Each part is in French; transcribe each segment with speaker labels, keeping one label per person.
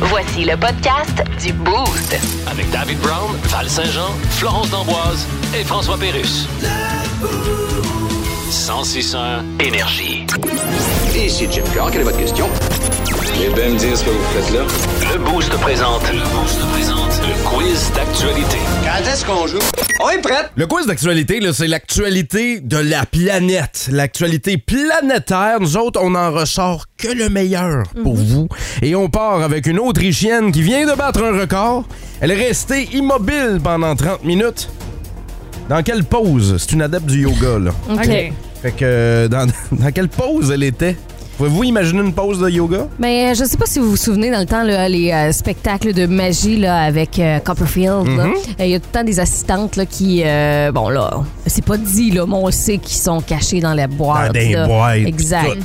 Speaker 1: Voici le podcast du Boost.
Speaker 2: Avec David Brown, Val Saint-Jean, Florence D'Amboise et François Pérus. 1061 énergie.
Speaker 3: Ici Jim Carr, quelle est votre question?
Speaker 4: Eh bien, me dire ce que vous faites là.
Speaker 2: Le boost présente. Le boost présente le quiz d'actualité.
Speaker 3: Quand est-ce qu'on joue? On est prête!
Speaker 5: Le quiz d'actualité, là, c'est l'actualité de la planète. L'actualité planétaire. Nous autres, on en ressort que le meilleur pour vous. Et on part avec une Autrichienne qui vient de battre un record. Elle est restée immobile pendant 30 minutes. Dans quelle pose? C'est une adepte du yoga, là.
Speaker 6: OK.
Speaker 5: Fait que, euh, dans, dans quelle pose elle était? Pouvez-vous imaginer une pose de yoga?
Speaker 6: Mais euh, je sais pas si vous vous souvenez dans le temps là, les euh, spectacles de magie là, avec euh, Copperfield. là.
Speaker 5: Mm-hmm.
Speaker 6: Euh, Il y a tout le temps des assistantes là, qui, euh, bon là, c'est pas dit là, mais on sait qu'ils sont cachés dans la boîte. là. exact.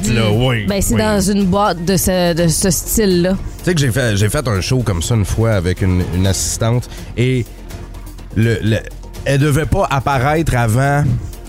Speaker 5: oui.
Speaker 6: Ben, c'est dans une boîte de ce, de ce style-là.
Speaker 5: Tu sais que j'ai fait, j'ai fait un show comme ça une fois avec une, une assistante et le, le- elle devait pas apparaître avant,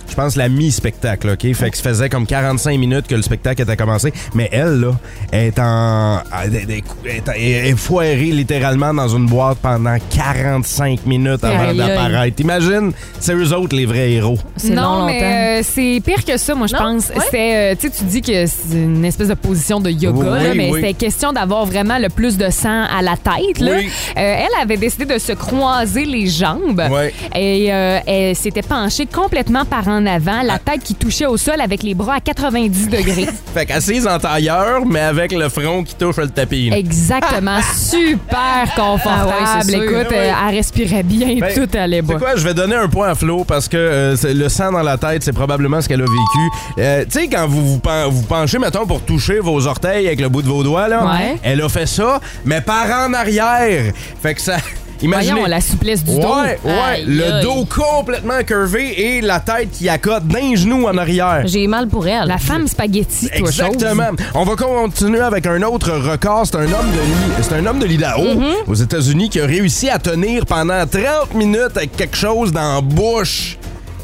Speaker 5: je pense, la mi-spectacle, OK? Fait que ça faisait comme 45 minutes que le spectacle était commencé. Mais elle, là, elle est en. Elle est- elle est- elle est- elle est foirée littéralement dans une boîte pendant 45 minutes avant
Speaker 6: Aïe, aïe.
Speaker 5: d'apparaître. T'imagines? C'est eux autres les vrais héros.
Speaker 6: C'est long,
Speaker 7: non,
Speaker 6: longtemps.
Speaker 7: mais euh, c'est pire que ça, moi, je
Speaker 6: Non?
Speaker 7: pense.
Speaker 6: Ouais.
Speaker 7: C'est, euh, tu sais, tu dis que c'est une espèce de position de yoga,
Speaker 5: Oui,
Speaker 7: là, mais
Speaker 5: oui.
Speaker 7: c'est question d'avoir vraiment le plus de sang à la tête. Là.
Speaker 5: Oui.
Speaker 7: Euh, elle avait décidé de se croiser les jambes
Speaker 5: Ouais.
Speaker 7: et euh, elle s'était penchée complètement par en avant,
Speaker 5: Ah.
Speaker 7: la tête qui touchait au sol avec les bras à 90 degrés.
Speaker 5: Fait qu'assise en tailleur, mais avec le front qui touche le tapis. là.
Speaker 7: Exactement, super confortable.
Speaker 6: Ah ouais, c'est sûr.
Speaker 7: Écoute,
Speaker 5: Ouais, ouais.
Speaker 7: euh, elle respirait bien,
Speaker 5: Ben,
Speaker 7: tout allait
Speaker 5: C'est
Speaker 7: bas.
Speaker 5: quoi? Je vais donner un point à Flo parce que euh, c'est- le sang dans la tête, c'est probablement ce qu'elle a vécu. Euh, tu sais, quand vous vous, pen- vous penchez, mettons, pour toucher vos orteils avec le bout de vos doigts, là,
Speaker 7: Ouais.
Speaker 5: elle a fait ça, mais par en arrière. Fait que ça. Imaginez.
Speaker 7: Voyons la souplesse du
Speaker 5: Ouais,
Speaker 7: dos.
Speaker 5: ouais,
Speaker 6: Aïe,
Speaker 5: le
Speaker 6: aïe.
Speaker 5: dos complètement curvé et la tête qui accote d'un genou en arrière.
Speaker 6: J'ai mal pour elle.
Speaker 7: La femme spaghetti, toi, chose.
Speaker 5: Hein. Exactement. On va continuer avec un autre record. C'est un homme de Li- c'est un homme de l'Idaho
Speaker 7: Mm-hmm.
Speaker 5: aux États-Unis qui a réussi à tenir pendant 30 minutes avec quelque chose dans la bouche.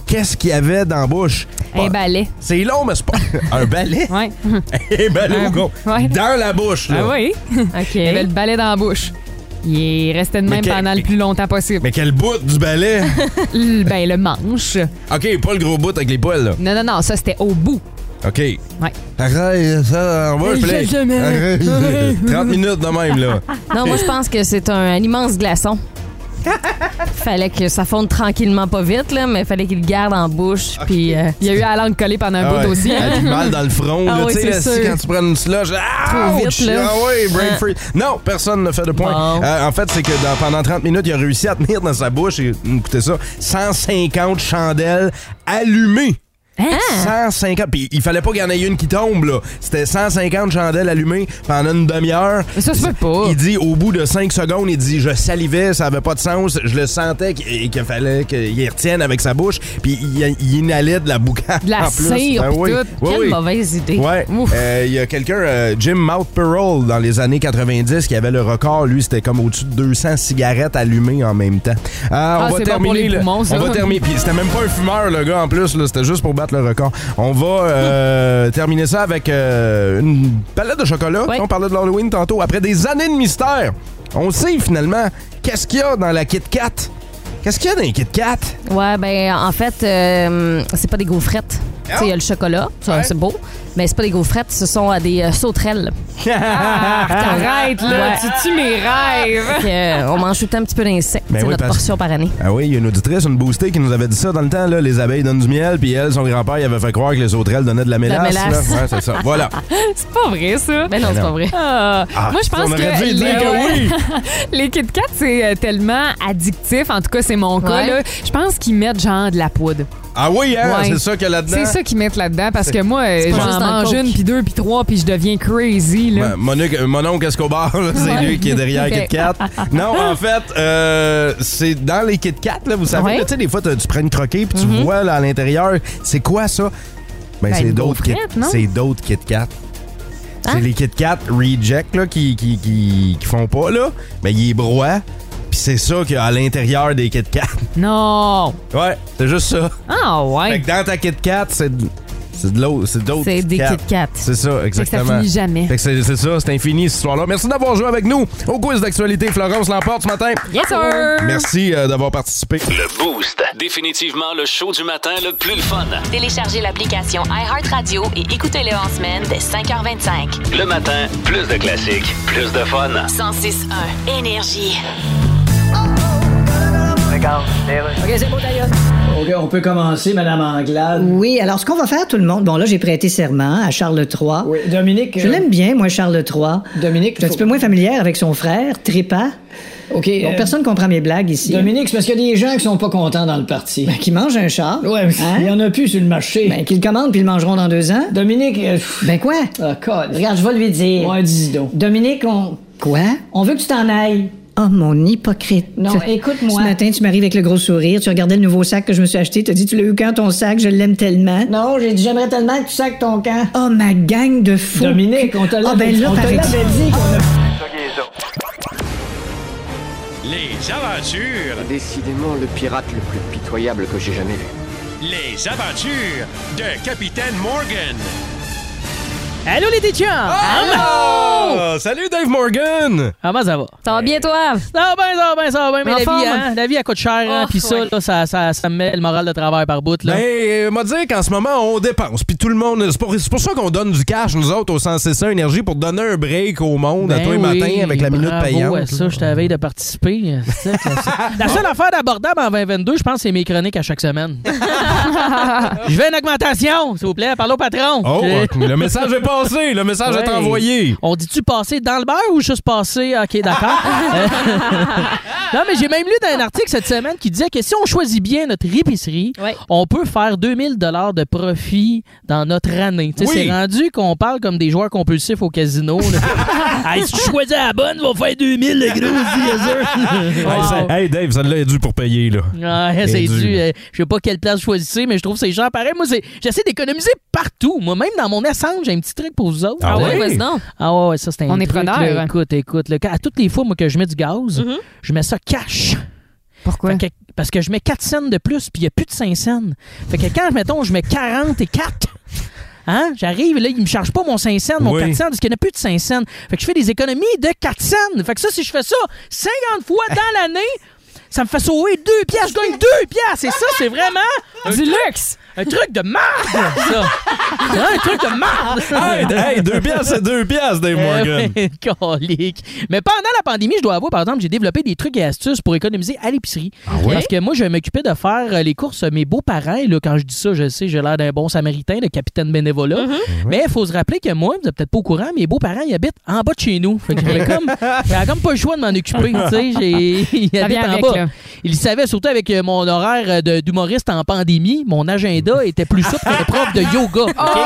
Speaker 5: Qu'est-ce qu'il y avait dans la bouche?
Speaker 7: Un
Speaker 5: Bah,
Speaker 7: balai.
Speaker 5: C'est long, mais c'est pas un balai.
Speaker 7: Ouais.
Speaker 5: Un balai au con.
Speaker 7: Ouais.
Speaker 5: Dans la bouche. Là.
Speaker 7: Ah oui?
Speaker 6: OK.
Speaker 7: Il avait le balai dans la bouche. Il restait de
Speaker 5: Mais
Speaker 7: même
Speaker 5: que-
Speaker 7: pendant le plus longtemps possible.
Speaker 5: Mais quel bout du balai?
Speaker 7: Le- Ben, le manche.
Speaker 5: OK, pas le gros bout avec les poils. Là.
Speaker 7: Non, non, non, ça, c'était au bout.
Speaker 5: OK.
Speaker 7: Ouais.
Speaker 5: Arrête ça en bouche,
Speaker 7: Je
Speaker 5: puis là,
Speaker 7: jamais.
Speaker 5: arrête. 30 minutes de même, là.
Speaker 6: Non, moi, je pense que c'est un, un immense glaçon. fallait que ça fonde tranquillement, pas vite, là, mais fallait qu'il le garde en bouche. Puis, euh,
Speaker 7: Il y a eu la langue collée pendant un
Speaker 5: Ah
Speaker 7: bout
Speaker 5: ouais.
Speaker 7: aussi.
Speaker 5: Elle a du mal dans le front.
Speaker 6: hein. Ah
Speaker 5: là,
Speaker 6: oui,
Speaker 5: tu sais, là,
Speaker 6: c'est
Speaker 5: si
Speaker 6: sûr.
Speaker 5: quand tu prends une slush,
Speaker 6: Trop
Speaker 5: ouch!
Speaker 6: vite, là.
Speaker 5: Ah oui, break
Speaker 6: Ah.
Speaker 5: free. Non, personne ne fait de point.
Speaker 6: Bon.
Speaker 5: Euh, en fait, c'est que dans- pendant 30 minutes, il a réussi à tenir dans sa bouche, et, hum, écoutez ça, 150 chandelles allumées.
Speaker 6: Hein?
Speaker 5: 150. Puis il fallait pas qu'il y en ait une qui tombe, là. C'était 150 chandelles allumées pendant une demi-heure.
Speaker 7: Mais ça se fait pas.
Speaker 5: Il dit, au bout de 5 secondes, il dit, je salivais, ça avait pas de sens, je le sentais qu- et qu'il fallait qu'il y retienne avec sa bouche, puis il, il inhalait de la boucane.
Speaker 7: De la
Speaker 5: en plus.
Speaker 7: cire,
Speaker 5: Ben
Speaker 7: pis
Speaker 5: oui.
Speaker 7: tout.
Speaker 5: Oui,
Speaker 6: quelle
Speaker 5: oui.
Speaker 6: mauvaise idée.
Speaker 5: Ouais. Euh,
Speaker 7: Ouf.
Speaker 5: Il y a quelqu'un, euh, Jim Mount Pearl, dans les années 90, qui avait le record. Lui, c'était comme au-dessus de 200 cigarettes allumées en même temps. Euh, on va
Speaker 7: Ah, c'est bon
Speaker 5: terminer.
Speaker 7: pour les
Speaker 5: le-
Speaker 7: poumons, ça.
Speaker 5: On va terminer. Puis c'était même pas un fumeur, le gars, en plus. là. C'était juste pour battre le record. On va euh, terminer ça avec euh, une palette de chocolat.
Speaker 6: Ouais.
Speaker 5: On parlait de l'Halloween tantôt. Après des années de mystère, on sait finalement qu'est-ce qu'il y a dans la Kit Kat. Qu'est-ce qu'il y a dans les Kit Kat?
Speaker 6: Ouais, ben en fait, euh, c'est pas des gaufrettes. Tu sais, Il y a le chocolat, ça,
Speaker 5: Ouais.
Speaker 6: c'est beau, mais c'est pas des gaufrettes, ce sont euh, des euh, sauterelles.
Speaker 7: Ah, T'arrêtes, là.
Speaker 6: Ouais.
Speaker 7: Tu tues mes rêves.
Speaker 6: Fait que, euh, on mange tout le temps un petit peu d'insectes,
Speaker 5: Ben
Speaker 6: c'est
Speaker 5: oui,
Speaker 6: notre
Speaker 5: parce-
Speaker 6: portion par année.
Speaker 5: Ah oui, il y a une auditrice, une boostée, qui nous avait dit ça dans le temps, là, les abeilles donnent du miel, puis elle, son grand-père, il avait fait croire que les auterelles donnaient de la mélasse.
Speaker 6: mélasse.
Speaker 5: là. Ouais, c'est ça. Voilà.
Speaker 7: C'est pas vrai, ça.
Speaker 6: Ben non, c'est
Speaker 5: non.
Speaker 6: pas vrai.
Speaker 7: Ah, moi, je pense
Speaker 5: on aurait
Speaker 7: que
Speaker 5: dû dire que
Speaker 7: Ouais.
Speaker 5: oui.
Speaker 7: Les Kit Kat, c'est euh, tellement addictif. En tout cas, c'est mon cas.
Speaker 6: Ouais.
Speaker 7: là. Je pense qu'ils mettent genre de la poudre.
Speaker 5: Ah oui, hein?
Speaker 7: Ouais.
Speaker 5: C'est ça qu'il y a là-dedans?
Speaker 7: C'est ça qu'ils mettent là-dedans parce que moi, euh,
Speaker 6: C'est pas juste
Speaker 7: j'en
Speaker 6: dans le
Speaker 7: mange
Speaker 6: Coke.
Speaker 7: une, puis deux, puis trois, puis je deviens crazy. Là.
Speaker 5: Ma- Mon, oncle- mon oncle Escobar, là, c'est
Speaker 7: Ouais.
Speaker 5: lui qui est derrière
Speaker 7: Ok.
Speaker 5: Kit Kat. Non, en fait, euh, c'est dans les Kit Kat, là, vous savez,
Speaker 7: Ouais. Mhm.
Speaker 5: là, tu sais, des fois, t'as- tu prends une croquée puis tu vois là, à l'intérieur, c'est quoi ça? Ben,
Speaker 7: Ben,
Speaker 5: c'est
Speaker 7: une
Speaker 5: d'autres Kit
Speaker 7: gaufrette, non?
Speaker 5: C'est d'autres Kit Kat.
Speaker 6: Hein?
Speaker 5: C'est les Kit Kat reject là, qui, qui, qui, qui font pas, là. Mais il est broie. Puis c'est ça qu'il y a à l'intérieur des Kit Kat.
Speaker 7: Non!
Speaker 5: Ouais, c'est juste ça.
Speaker 7: Ah
Speaker 5: Fait
Speaker 7: ouais!
Speaker 5: que dans ta Kit Kat, c'est de- c'est de l'eau, c'est d'autres
Speaker 6: C'est des Kit Kat.
Speaker 5: C'est ça,
Speaker 7: Fait que ça
Speaker 5: exactement.
Speaker 7: finit jamais.
Speaker 5: Fait que c'est c'est ça, c'est infini cette histoire-là. Merci d'avoir joué avec nous au quiz d'actualité. Florence l'emporte ce matin.
Speaker 7: Yes, sir!
Speaker 5: Merci euh, d'avoir participé.
Speaker 2: Le Boost. Définitivement le show du matin le plus le fun.
Speaker 1: Téléchargez l'application iHeartRadio et écoutez-le en semaine dès 5h25.
Speaker 2: Le matin, plus de classiques, plus de fun.
Speaker 1: 106.1 Énergie.
Speaker 8: OK, on peut commencer, Madame Anglade.
Speaker 9: Oui, alors ce qu'on va faire, tout le monde, bon là, j'ai prêté serment à Charles III.
Speaker 8: Oui, Dominique.
Speaker 9: Je
Speaker 8: euh,
Speaker 9: l'aime bien, moi, Charles III.
Speaker 8: Dominique,
Speaker 9: Je suis un
Speaker 8: faut-
Speaker 9: petit peu moins familière avec son frère, Trépas.
Speaker 8: OK.
Speaker 9: Bon,
Speaker 8: euh,
Speaker 9: personne comprend mes blagues ici.
Speaker 8: Dominique, c'est parce qu'il y a des gens qui sont pas contents dans le parti.
Speaker 9: Ben, qui mange un char.
Speaker 8: Ouais, mais il y en a plus sur le marché.
Speaker 9: Ben, qu'ils le commandent puis ils le mangeront dans deux ans.
Speaker 8: Dominique. euh, pff,
Speaker 9: Ben quoi?
Speaker 8: ah, code.
Speaker 9: Regarde, je vais lui dire.
Speaker 8: Ouais, dis donc.
Speaker 9: Dominique, on... Quoi?
Speaker 8: On veut que tu t'en ailles.
Speaker 9: Hein? Oh, mon hypocrite.
Speaker 8: Non, écoute-moi.
Speaker 9: Ce matin, tu m'arrives avec le gros sourire, tu regardais le nouveau sac que je me suis acheté, t'as dit, tu l'as eu quand ton sac, je l'aime tellement.
Speaker 8: Non, j'ai dit, j'aimerais tellement que tu sacs ton camp.
Speaker 9: Oh, ma gang de fous.
Speaker 8: Dominique, on te l'avait
Speaker 9: Ah, ben là,
Speaker 8: on te
Speaker 9: par
Speaker 8: l'avait
Speaker 9: exemple.
Speaker 8: dit qu'on a-
Speaker 10: Ah!
Speaker 11: Les aventures,
Speaker 3: Décidément le pirate le plus pitoyable que j'ai jamais vu.
Speaker 11: les aventures de Capitaine Morgan.
Speaker 8: Allô, les teachers!
Speaker 5: Ah, salut Dave Morgan!
Speaker 8: Comment ça va?
Speaker 6: Ça va bien, toi?
Speaker 8: Ça va bien, ça va bien, ça va bien.
Speaker 6: En
Speaker 8: Mais la
Speaker 6: forme.
Speaker 8: vie, hein? La vie, elle coûte cher, hein?
Speaker 6: Oh,
Speaker 8: Puis ça,
Speaker 6: ouais.
Speaker 8: là, ça, ça, ça me met le moral de travail par bout, là.
Speaker 5: Ben, euh, m'a dit qu'en ce moment, on dépense. Puis tout le monde. C'est pour, c'est pour ça qu'on donne du cash, nous autres, au 106 Énergie, pour donner un break au monde à
Speaker 8: Ben
Speaker 5: tous les
Speaker 8: oui,
Speaker 5: matins avec la minute
Speaker 8: bravo
Speaker 5: payante.
Speaker 8: à ça, je t'avais de participer. C'est que la seule- la seule affaire d'abordable en 2022, je pense, c'est mes chroniques à chaque semaine.
Speaker 6: Ah,
Speaker 8: je veux une augmentation, s'il vous plaît. Parlez au patron.
Speaker 5: Oh,
Speaker 8: Euh,
Speaker 5: ok, le message est passé, le message est
Speaker 8: ouais.
Speaker 5: envoyé.
Speaker 8: On dit-tu passer dans le beurre ou juste passer? OK, d'accord. Euh, non, mais j'ai même lu dans un article cette semaine qui disait que si on choisit bien notre épicerie,
Speaker 6: Ouais.
Speaker 8: on peut faire 2000 dollars de profit dans notre année. Tu sais,
Speaker 5: Oui.
Speaker 8: C'est rendu qu'on parle comme des joueurs compulsifs au casino. là. hey, si tu choisis la bonne, on va faire 2000 le gros
Speaker 5: Hey,
Speaker 8: zézeux.
Speaker 5: ça- Hey, Dave, ça l'a dû pour payer, là.
Speaker 8: Ouais, c'est
Speaker 5: Et
Speaker 8: dû.
Speaker 5: dur.
Speaker 8: Euh, je sais pas quelle place vous choisissez, mais je trouve que c'est genre pareil. Moi, c'est- j'essaie d'économiser partout. Moi, même dans mon assemble, j'ai un petit truc pour vous autres.
Speaker 5: Ah ouais?
Speaker 6: Vas-y donc.
Speaker 8: Ah ouais, ouais, ça c'est un
Speaker 7: On est
Speaker 8: truc,
Speaker 7: preneur.
Speaker 8: là. écoute, écoute, là, à toutes les fois moi que je mets du gaz, je mets ça cash.
Speaker 7: Pourquoi?
Speaker 8: Fait que- parce que je mets 4 cents de plus puis il y a plus de 5 cents. Fait que quand mettons je mets 40 et 4 Hein? J'arrive, là, il me charge pas mon 5 cents, mon
Speaker 5: Oui.
Speaker 8: 4 cents, parce qu'il n'y en a plus de 5 cents. Fait que je fais des économies de 4 cents. Fait que ça, si je fais ça 50 fois dans l'année, ça me fait sauver 2 piastres. Je gagne 2 piastres. Et ça, c'est vraiment
Speaker 7: Du luxe!
Speaker 8: un truc de merde, ça. C'est un truc de merde.
Speaker 5: Hey, hey, deux piastres, c'est deux piastres, Dave Morgan.
Speaker 8: Eh oui, colique. Mais pendant la pandémie, je dois avouer, par exemple, j'ai développé des trucs et astuces pour économiser à l'épicerie.
Speaker 5: Ah ouais?
Speaker 8: Parce que moi, je m'occupais de faire euh, les courses à mes beaux-parents. Et Là, quand je dis ça, je sais, j'ai l'air d'un bon samaritain, de capitaine bénévolat.
Speaker 7: Mm-hmm.
Speaker 5: Ah
Speaker 8: Mais il faut se rappeler que moi, vous n'êtes peut-être pas au courant, mes beaux-parents, ils habitent en bas de chez nous. Fait que j'avais comme, j'avais comme pas le choix de m'en occuper. tu sais. J'ai- Ils
Speaker 7: Ça
Speaker 8: habitent
Speaker 7: vient
Speaker 8: en
Speaker 7: avec,
Speaker 8: bas.
Speaker 7: là.
Speaker 8: Ils savaient, surtout avec euh, mon horaire euh, de- d'humoriste en pandémie, mon agenda était plus souple que le prof de yoga. ok?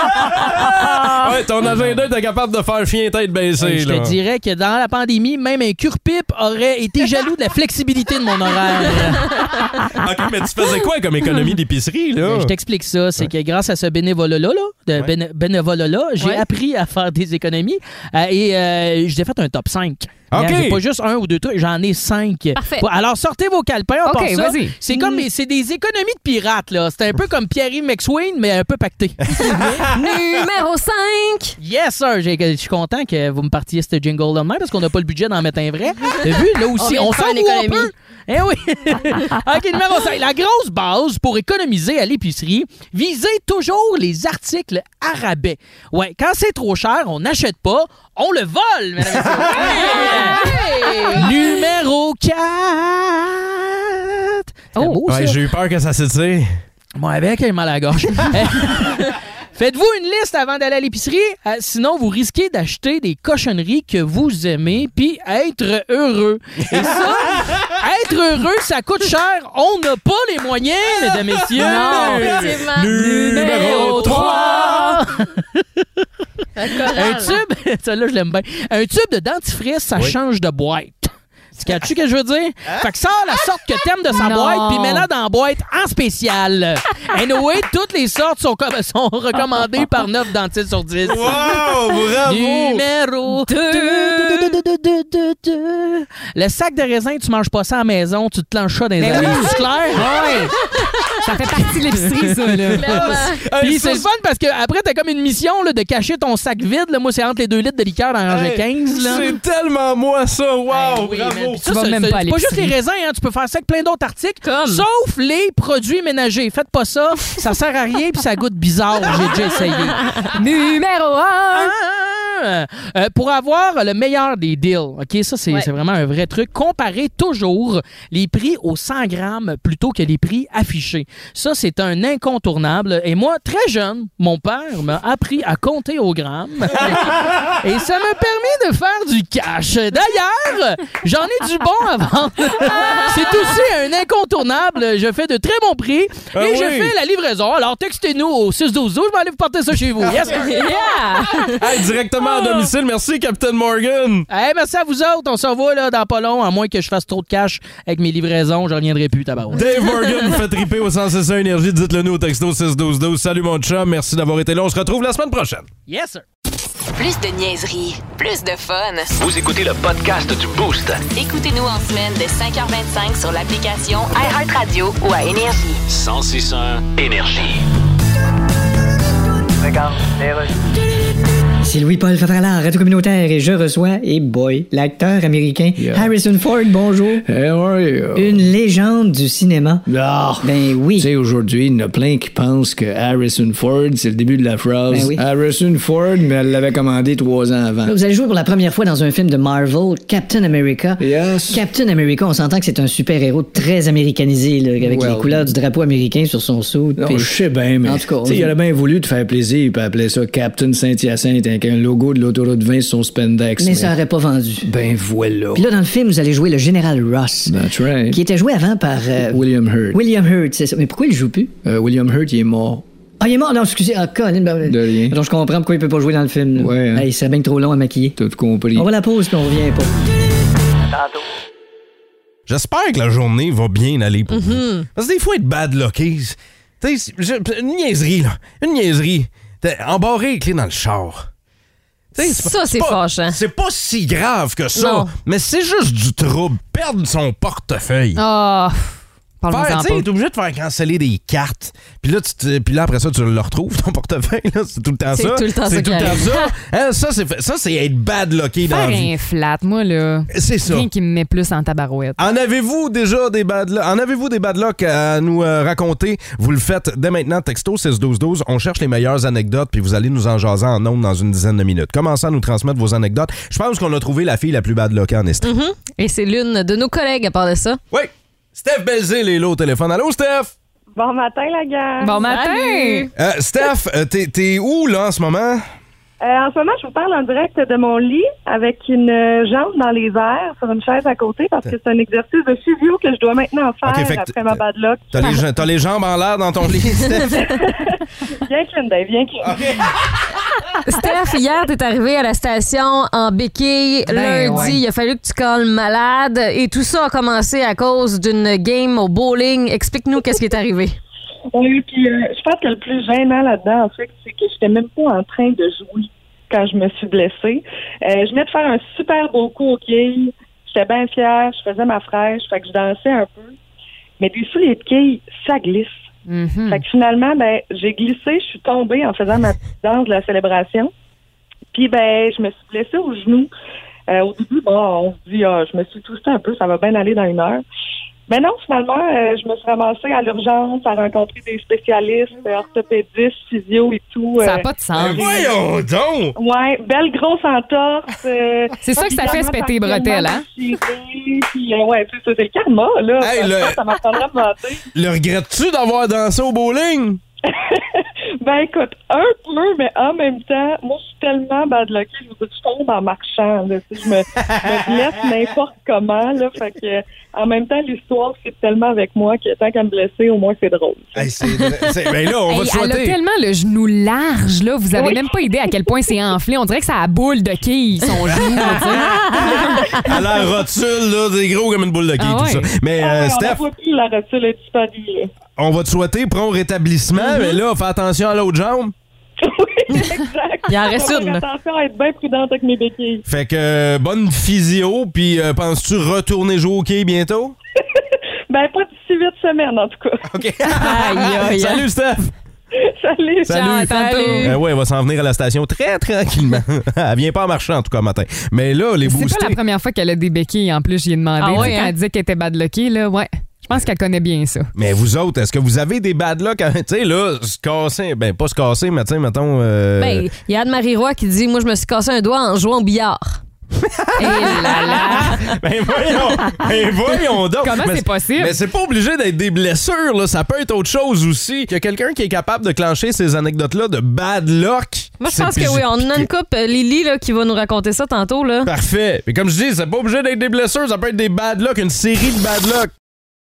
Speaker 8: Ah.
Speaker 5: Ouais, ton agenda, t'es capable de faire chien tête baissée,
Speaker 8: Hey, Ben, je
Speaker 5: là.
Speaker 8: te dirais que dans la pandémie, même un cure-pipe aurait été jaloux de la flexibilité de mon horaire.
Speaker 5: OK, mais tu faisais quoi comme économie d'épicerie, là?
Speaker 8: Ben, je t'explique ça, c'est que grâce à ce bénévolat-là, là, de béné- bénévolat-là, j'ai
Speaker 6: Ouais.
Speaker 8: appris à faire des économies euh, et euh, j'ai fait un top 5.
Speaker 5: Ok.
Speaker 8: Hein, J'ai pas juste un ou deux trucs, j'en ai cinq.
Speaker 6: Parfait.
Speaker 8: Pas- Alors sortez vos calepins, on
Speaker 7: Ok,
Speaker 8: part ça.
Speaker 7: vas-y.
Speaker 8: C'est comme mais c'est des économies de pirates là. C'est un peu comme Pierre-Yves McSween mais un peu pacté.
Speaker 6: Numéro 5.
Speaker 8: Yes, sir! J'ai- Je suis content que vous me partiez ce jingle-là de même parce qu'on n'a pas le budget d'en mettre un vrai. T'as vu? Là
Speaker 6: On
Speaker 8: aussi,
Speaker 6: vient
Speaker 8: on,
Speaker 6: de faire
Speaker 8: s'en
Speaker 6: une
Speaker 8: fout un
Speaker 6: économie.
Speaker 8: peu. Eh oui! OK, numéro 5. La grosse base pour économiser à l'épicerie, visez toujours les articles à rabais. Ouais, quand c'est trop cher, on n'achète pas, on le vole, mesdames et messieurs. Numéro 4. C'est beau, ça.
Speaker 6: Oh.
Speaker 5: Ouais, j'ai eu peur que ça s'étire.
Speaker 8: Moi, avec, j'ai mal à la gorge. Faites-vous une liste avant d'aller à l'épicerie, euh, sinon vous risquez d'acheter des cochonneries que vous aimez puis être heureux. Et ça, être heureux, ça coûte cher. On n'a pas les moyens, mesdames et messieurs.
Speaker 6: Non, effectivement. Numéro
Speaker 8: trois. Un
Speaker 6: Un
Speaker 8: tube, celle-là, je l'aime bien. Un tube de dentifrice, ça change de boîte. Tu catches ce que je veux dire?
Speaker 12: Hein?
Speaker 8: Fait que sors la sorte que t'aimes de sa
Speaker 7: Non.
Speaker 8: boîte, puis mets-la dans la boîte en spécial. Anyway, toutes les sortes sont, comme- sont recommandées par 9 dentistes sur 10.
Speaker 12: Wow, bravo!
Speaker 8: Numéro 2. Le sac de raisin, tu manges pas ça à la maison, tu te lanches ça dans les
Speaker 7: Ben
Speaker 8: allées.
Speaker 7: oui.
Speaker 8: C'est clair?
Speaker 7: Ouais. Ça fait partie de l'épicerie, ça, là.
Speaker 8: Puis c'est le fun parce que après t'as comme une mission là, de cacher ton sac vide. là. Moi, c'est entre les 2 litres de liqueur dans rangée 15. Là.
Speaker 5: C'est tellement moi, ça. Wow,
Speaker 8: Eh Oui,
Speaker 5: bravo.
Speaker 8: man. Puis ça,
Speaker 7: Tu vas
Speaker 8: c'est-
Speaker 7: même
Speaker 8: c'est-
Speaker 7: pas à
Speaker 8: c'est pas juste les
Speaker 7: l'épicerie.
Speaker 8: raisins, hein. tu peux faire ça avec plein d'autres articles.
Speaker 7: Comme?
Speaker 8: Sauf les produits ménagers. Faites pas ça, ça sert à rien puis ça goûte bizarre. J'ai déjà essayé.
Speaker 7: Numéro 1.
Speaker 8: Ah! Euh, pour avoir le meilleur des deals, OK, ça c'est
Speaker 6: Ouais.
Speaker 8: c'est vraiment un vrai truc, comparez toujours les prix aux 100 grammes plutôt que les prix affichés. Ça, c'est un incontournable. Et moi, très jeune, mon père m'a appris à compter au gramme. Et ça m'a permis de faire du cash. D'ailleurs, j'en ai du bon à vendre. C'est aussi un incontournable. Je fais de très bons prix et
Speaker 5: Ah
Speaker 8: je
Speaker 5: oui.
Speaker 8: fais la livraison. Alors, textez-nous au 612 12 Je vais aller vous porter ça chez vous. Yes, Oh. sir.
Speaker 5: Hey, directement à domicile. Merci, Captain Morgan.
Speaker 8: Hey, Ah! Eh, merci à vous autres. On se revoit là, dans pas long, à moins que je fasse trop de cash avec mes livraisons. Je reviendrai plus, tabarouette.
Speaker 5: Dave Morgan vous fait triper au 161 Énergie. Dites-le nous au texto 61212. Salut, mon chum. Merci d'avoir été là. On se retrouve la semaine prochaine.
Speaker 8: Yes, sir.
Speaker 1: Plus de niaiserie, plus de fun.
Speaker 2: Vous écoutez le podcast du Boost.
Speaker 1: Écoutez-nous en semaine de 5h25 sur l'application iHeartRadio ou à Énergie.
Speaker 2: 1061 Énergie.
Speaker 9: C'est Louis-Paul Favralard, à Radio Communautaire, et je reçois, et boy, l'acteur américain Harrison Ford, bonjour.
Speaker 10: How are you?
Speaker 9: Une légende du cinéma.
Speaker 10: Ah!
Speaker 9: Ben oui.
Speaker 10: Tu sais, aujourd'hui, il y en a plein qui pensent que Harrison Ford, c'est le début de la phrase.
Speaker 9: Ben oui.
Speaker 10: Harrison Ford, mais elle l'avait commandé trois ans avant.
Speaker 9: Là, vous allez jouer pour la première fois dans un film de Marvel, Captain America.
Speaker 10: Yes.
Speaker 9: Captain America, on s'entend que c'est un super-héros très américanisé, là, avec
Speaker 10: Well.
Speaker 9: les couleurs du drapeau américain sur son sou.
Speaker 10: Non, je sais bien, mais
Speaker 9: En tout cas,
Speaker 10: tu sais, il aurait bien voulu te faire plaisir, puis appeler ça Captain Saint-Hyacinthe avec un logo de l'autoroute 20 sur son spandex.
Speaker 9: mais ça aurait pas vendu.
Speaker 10: Ben voilà.
Speaker 9: Puis là, dans le film, vous allez jouer le général Ross,
Speaker 10: That's right.
Speaker 9: qui était joué avant par euh,
Speaker 10: William Hurt.
Speaker 9: William Hurt, c'est ça. Mais pourquoi il joue plus?
Speaker 10: Euh, William Hurt, il est mort.
Speaker 9: Ah, il est mort, non, excusez. Ah, Colin, ben,
Speaker 10: De rien.
Speaker 9: Donc, je comprends pourquoi il peut pas jouer dans le film. là.
Speaker 10: Ouais, hein.
Speaker 9: Ah, il serait bien trop long à maquiller.
Speaker 10: T'as tout compris.
Speaker 9: On va à la pause, puis on revient pas.
Speaker 5: J'espère que la journée va bien aller pour
Speaker 6: Mm-hmm.
Speaker 5: vous. Parce que des fois, être bad lucké, tu sais, je- une niaiserie, là. Une niaiserie. T'es Embarré les clés dans le char. Tu sais, pas-
Speaker 6: Ça, c'est
Speaker 5: pas-
Speaker 6: fâchant.
Speaker 5: C'est pas si grave que ça,
Speaker 6: Non.
Speaker 5: mais c'est juste du trouble. Perdre son portefeuille.
Speaker 7: Ah,
Speaker 5: Faire-
Speaker 7: parle-moi-en
Speaker 5: Tu sais,
Speaker 7: pas.
Speaker 5: t'es obligé de faire canceller des cartes. Puis là, tu te- puis là, après ça, tu le retrouves, ton portefeuille. là. C'est tout le temps
Speaker 6: C'est
Speaker 5: ça.
Speaker 6: tout le temps ça
Speaker 5: C'est tout
Speaker 6: qui
Speaker 5: le temps
Speaker 6: arrive.
Speaker 5: ça. Hein, ça, c'est fa- ça, c'est être bad lucké dans la vie.
Speaker 7: Faire un flat, moi, là.
Speaker 5: C'est ça. Ah,
Speaker 7: Rien qui me met plus en tabarouette.
Speaker 5: En avez-vous déjà des bad luck? En avez-vous des bad luck à nous euh, raconter? Vous le faites dès maintenant, texto 61212. On cherche les meilleures anecdotes, puis vous allez nous en jaser en nombre dans une dizaine de minutes. Commencez à nous transmettre vos anecdotes. Je pense qu'on a trouvé la fille la plus bad luck en estrie.
Speaker 6: Et c'est l'une de nos collègues à part de ça.
Speaker 5: Oui! Steph Belzil est là au téléphone. Allô, Steph?
Speaker 13: Bon matin, la gang.
Speaker 7: Bon matin!
Speaker 5: Euh, Steph, euh, t'es- t'es où, là, en ce moment?
Speaker 13: Euh, en ce moment, je vous parle en direct de mon lit avec une euh, jambe dans les airs sur une chaise à côté parce que c'est un exercice de physio que je dois maintenant faire
Speaker 5: Ok, fait que
Speaker 13: après ma bad luck.
Speaker 5: T'as les, ja- t'as les jambes en l'air dans ton lit, Steph?
Speaker 13: Viens, Clinton, viens, Clinton.
Speaker 6: Steph, hier, t'es arrivé à la station en béquille.
Speaker 7: Ben,
Speaker 6: Lundi,
Speaker 7: ouais.
Speaker 6: il a fallu que tu calmes malade. Et tout ça a commencé à cause d'une game au bowling. Explique-nous qu'est-ce qui est arrivé.
Speaker 13: Oui, puis euh, je pense que le plus gênant là-dedans, en fait, c'est que j'étais même pas en train de jouer quand je me suis blessée. Euh, je venais de faire un super beau coup au quilles. J'étais bien fière, je faisais ma fraîche, fait que je dansais un peu. Mais puis sous les quilles, ça glisse.
Speaker 7: Mhm.
Speaker 13: Fait que finalement, ben, j'ai glissé, je suis tombée en faisant ma petite danse de la célébration. Puis ben, je me suis blessée au genou. Euh, au début, bon, on se dit, ah, je me suis toussée un peu, ça va bien aller dans une heure. Mais non, finalement, euh, je me suis ramassée à l'urgence à rencontrer des spécialistes, euh, orthopédistes, physio et tout.
Speaker 7: Ça n'a
Speaker 13: euh,
Speaker 7: pas de sens.
Speaker 5: Voyons donc!
Speaker 13: Ouais, belle grosse entorse. euh,
Speaker 7: C'est ça que ça fait se péter les
Speaker 13: ligaments
Speaker 7: bretelles, hein?
Speaker 13: déchirés, puis, euh, ouais, c'est ça, c'est le karma, là.
Speaker 5: Hey,
Speaker 13: Ça,
Speaker 5: le-
Speaker 13: Ça m'en prendra à me vanter.
Speaker 5: Le regrettes-tu d'avoir dansé au bowling?
Speaker 13: Ben écoute, un peu, mais en même temps, moi je suis tellement bad lucky, je veux dire, je tombe en marchant. Là, tu sais, je me, je me blesse n'importe comment. Là, fait que, en même temps, l'histoire, c'est tellement avec moi que tant qu'à me blesser, au moins c'est drôle.
Speaker 5: ben là, on va
Speaker 7: Hey,
Speaker 5: te
Speaker 7: Elle a
Speaker 5: souhaiter.
Speaker 7: tellement le genou large, là. Vous avez
Speaker 13: Oui.
Speaker 7: même pas idée à quel point c'est enflé. On dirait que ça a boule de quille, son genou. là, tu sais.
Speaker 5: À la rotule, là, c'est gros comme une boule de quille,
Speaker 7: Ah
Speaker 5: tout ça.
Speaker 7: ouais.
Speaker 5: Mais
Speaker 13: Ah
Speaker 5: euh,
Speaker 13: ouais, on la
Speaker 5: Steph,
Speaker 13: voit plus, la rotule est disparue. là.
Speaker 5: on va te souhaiter prompt rétablissement,
Speaker 7: Mm-hmm.
Speaker 5: mais là, fais attention à l'autre jambe.
Speaker 13: exact.
Speaker 6: Il en
Speaker 13: Faut
Speaker 6: reste
Speaker 13: faire
Speaker 6: une.
Speaker 13: Attention à être bien prudente avec mes béquilles.
Speaker 5: Fait que euh, bonne physio, puis euh, penses-tu retourner jouer au quai bientôt?
Speaker 13: Ben pas d'ici huit semaines en tout cas.
Speaker 5: OK.
Speaker 13: Aïe,
Speaker 7: aïe.
Speaker 5: Salut, Steph!
Speaker 13: Salut.
Speaker 5: Euh, ouais, elle va s'en venir à la station très tranquillement. elle vient pas en marchant, en tout cas, matin. Mais là, les
Speaker 7: C'est pas
Speaker 5: boostés.
Speaker 7: la première fois qu'elle a des béquilles. En plus, j'y ai demandé.
Speaker 6: Ah
Speaker 7: Tu sais,
Speaker 6: ouais,
Speaker 7: quand
Speaker 6: hein?
Speaker 7: elle disait qu'elle était bad lucky, là, ouais. Je pense qu'elle connaît bien ça.
Speaker 5: Mais vous autres, est-ce que vous avez des bad luck? à- Tu sais, là, se casser. Ben, pas se casser, mais tu sais, mettons. euh,
Speaker 6: Ben, il y a Anne-Marie Roy qui dit Moi, je me suis cassé un doigt en jouant au billard.
Speaker 5: Ben voyons, ben voyons donc.
Speaker 6: Comment
Speaker 5: Mais
Speaker 6: c'est possible?
Speaker 5: Mais c'est pas obligé d'être des blessures, là. Ça peut être autre chose aussi. Qu'il y a quelqu'un qui est capable de clencher ces anecdotes-là de bad luck.
Speaker 6: Moi, je
Speaker 5: C'est
Speaker 6: pense que
Speaker 5: plus-
Speaker 6: oui. On a une coupe, euh, Lily, là, qui va nous raconter ça tantôt. Là.
Speaker 5: Parfait. Mais comme je dis, c'est pas obligé d'être des blessures, ça peut être des bad luck, une série de bad luck.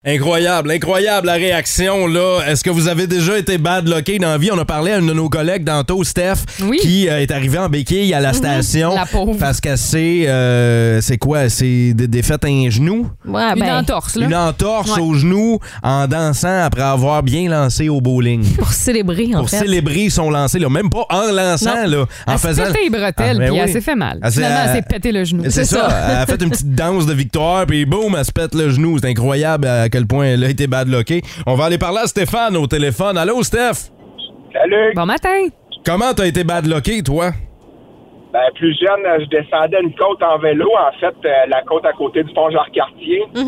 Speaker 5: Incroyable, incroyable la réaction là. Est-ce que vous avez déjà été bad lucké dans la vie? On a parlé à une de nos collègues tantôt, Steph, qui euh, est arrivée en béquille à la station
Speaker 7: Mhm, La pauvre.
Speaker 5: parce qu'elle s'est, euh, c'est quoi? C'est des défaites à un genou?
Speaker 6: Ouais,
Speaker 7: Une
Speaker 6: ben,
Speaker 7: entorse, là.
Speaker 5: Une entorse
Speaker 7: Ouais.
Speaker 5: au genou en dansant après avoir bien lancé au bowling.
Speaker 6: Pour célébrer, en
Speaker 5: Pour
Speaker 6: fait.
Speaker 5: célébrer son lancer, là. même pas en lançant,
Speaker 6: Non.
Speaker 5: là, en
Speaker 7: Elle s'est
Speaker 5: faisant.
Speaker 7: pété les bretelles,
Speaker 5: Ah, ben
Speaker 7: puis elle
Speaker 5: oui.
Speaker 7: s'est fait mal.
Speaker 5: Elle s'est-
Speaker 7: Finalement, elle
Speaker 5: elle-
Speaker 7: s'est pété le genou.
Speaker 5: C'est ça. Elle a fait une petite danse de victoire, puis boum, elle se pète le genou. C'est incroyable à quel point elle a été badlockée. On va aller parler à Stéphane au téléphone. Allô, Steph?
Speaker 14: Salut.
Speaker 7: Bon matin.
Speaker 5: Comment t'as été badlocké, toi?
Speaker 14: Ben, plus jeune, euh, je descendais une côte en vélo, en fait, euh, la côte à côté du pont Jacques-Cartier. Puis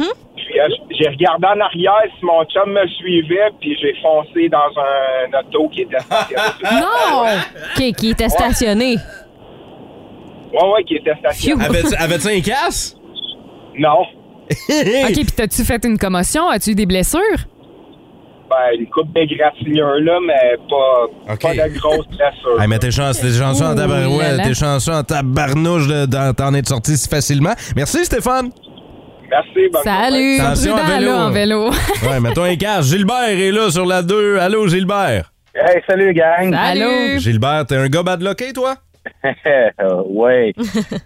Speaker 14: euh, j- j'ai regardé en arrière si mon chum me suivait, puis j'ai foncé dans un auto qui était stationné.
Speaker 6: Non! Qui, qui était stationné.
Speaker 14: Ouais, ouais, qui était stationné.
Speaker 5: Avais-tu avais-tu un casse?
Speaker 14: Non.
Speaker 7: OK, puis t'as-tu fait une commotion? As-tu eu des blessures?
Speaker 5: Ah
Speaker 14: Ben, une coupe d'égratignure, là, mais pas, pas de grosses blessures.
Speaker 5: Hey, mais t'es chanceux, t'es chanceux en
Speaker 14: Ouh là
Speaker 5: tabarouette,
Speaker 14: là.
Speaker 5: t'es chanceux en tabarnouche de- d'en- t'en être sorti si facilement. Merci, Stéphane.
Speaker 14: Merci, bonne
Speaker 7: Salut.
Speaker 5: Attention
Speaker 7: Prudent,
Speaker 5: en vélo.
Speaker 7: là, en vélo.
Speaker 5: ouais, mets-toi un casse. Gilbert est là sur la 2. Allô, Gilbert?
Speaker 15: Hey, salut, gang. Allô.
Speaker 5: Gilbert, t'es un gars badlocké, toi?
Speaker 15: oui.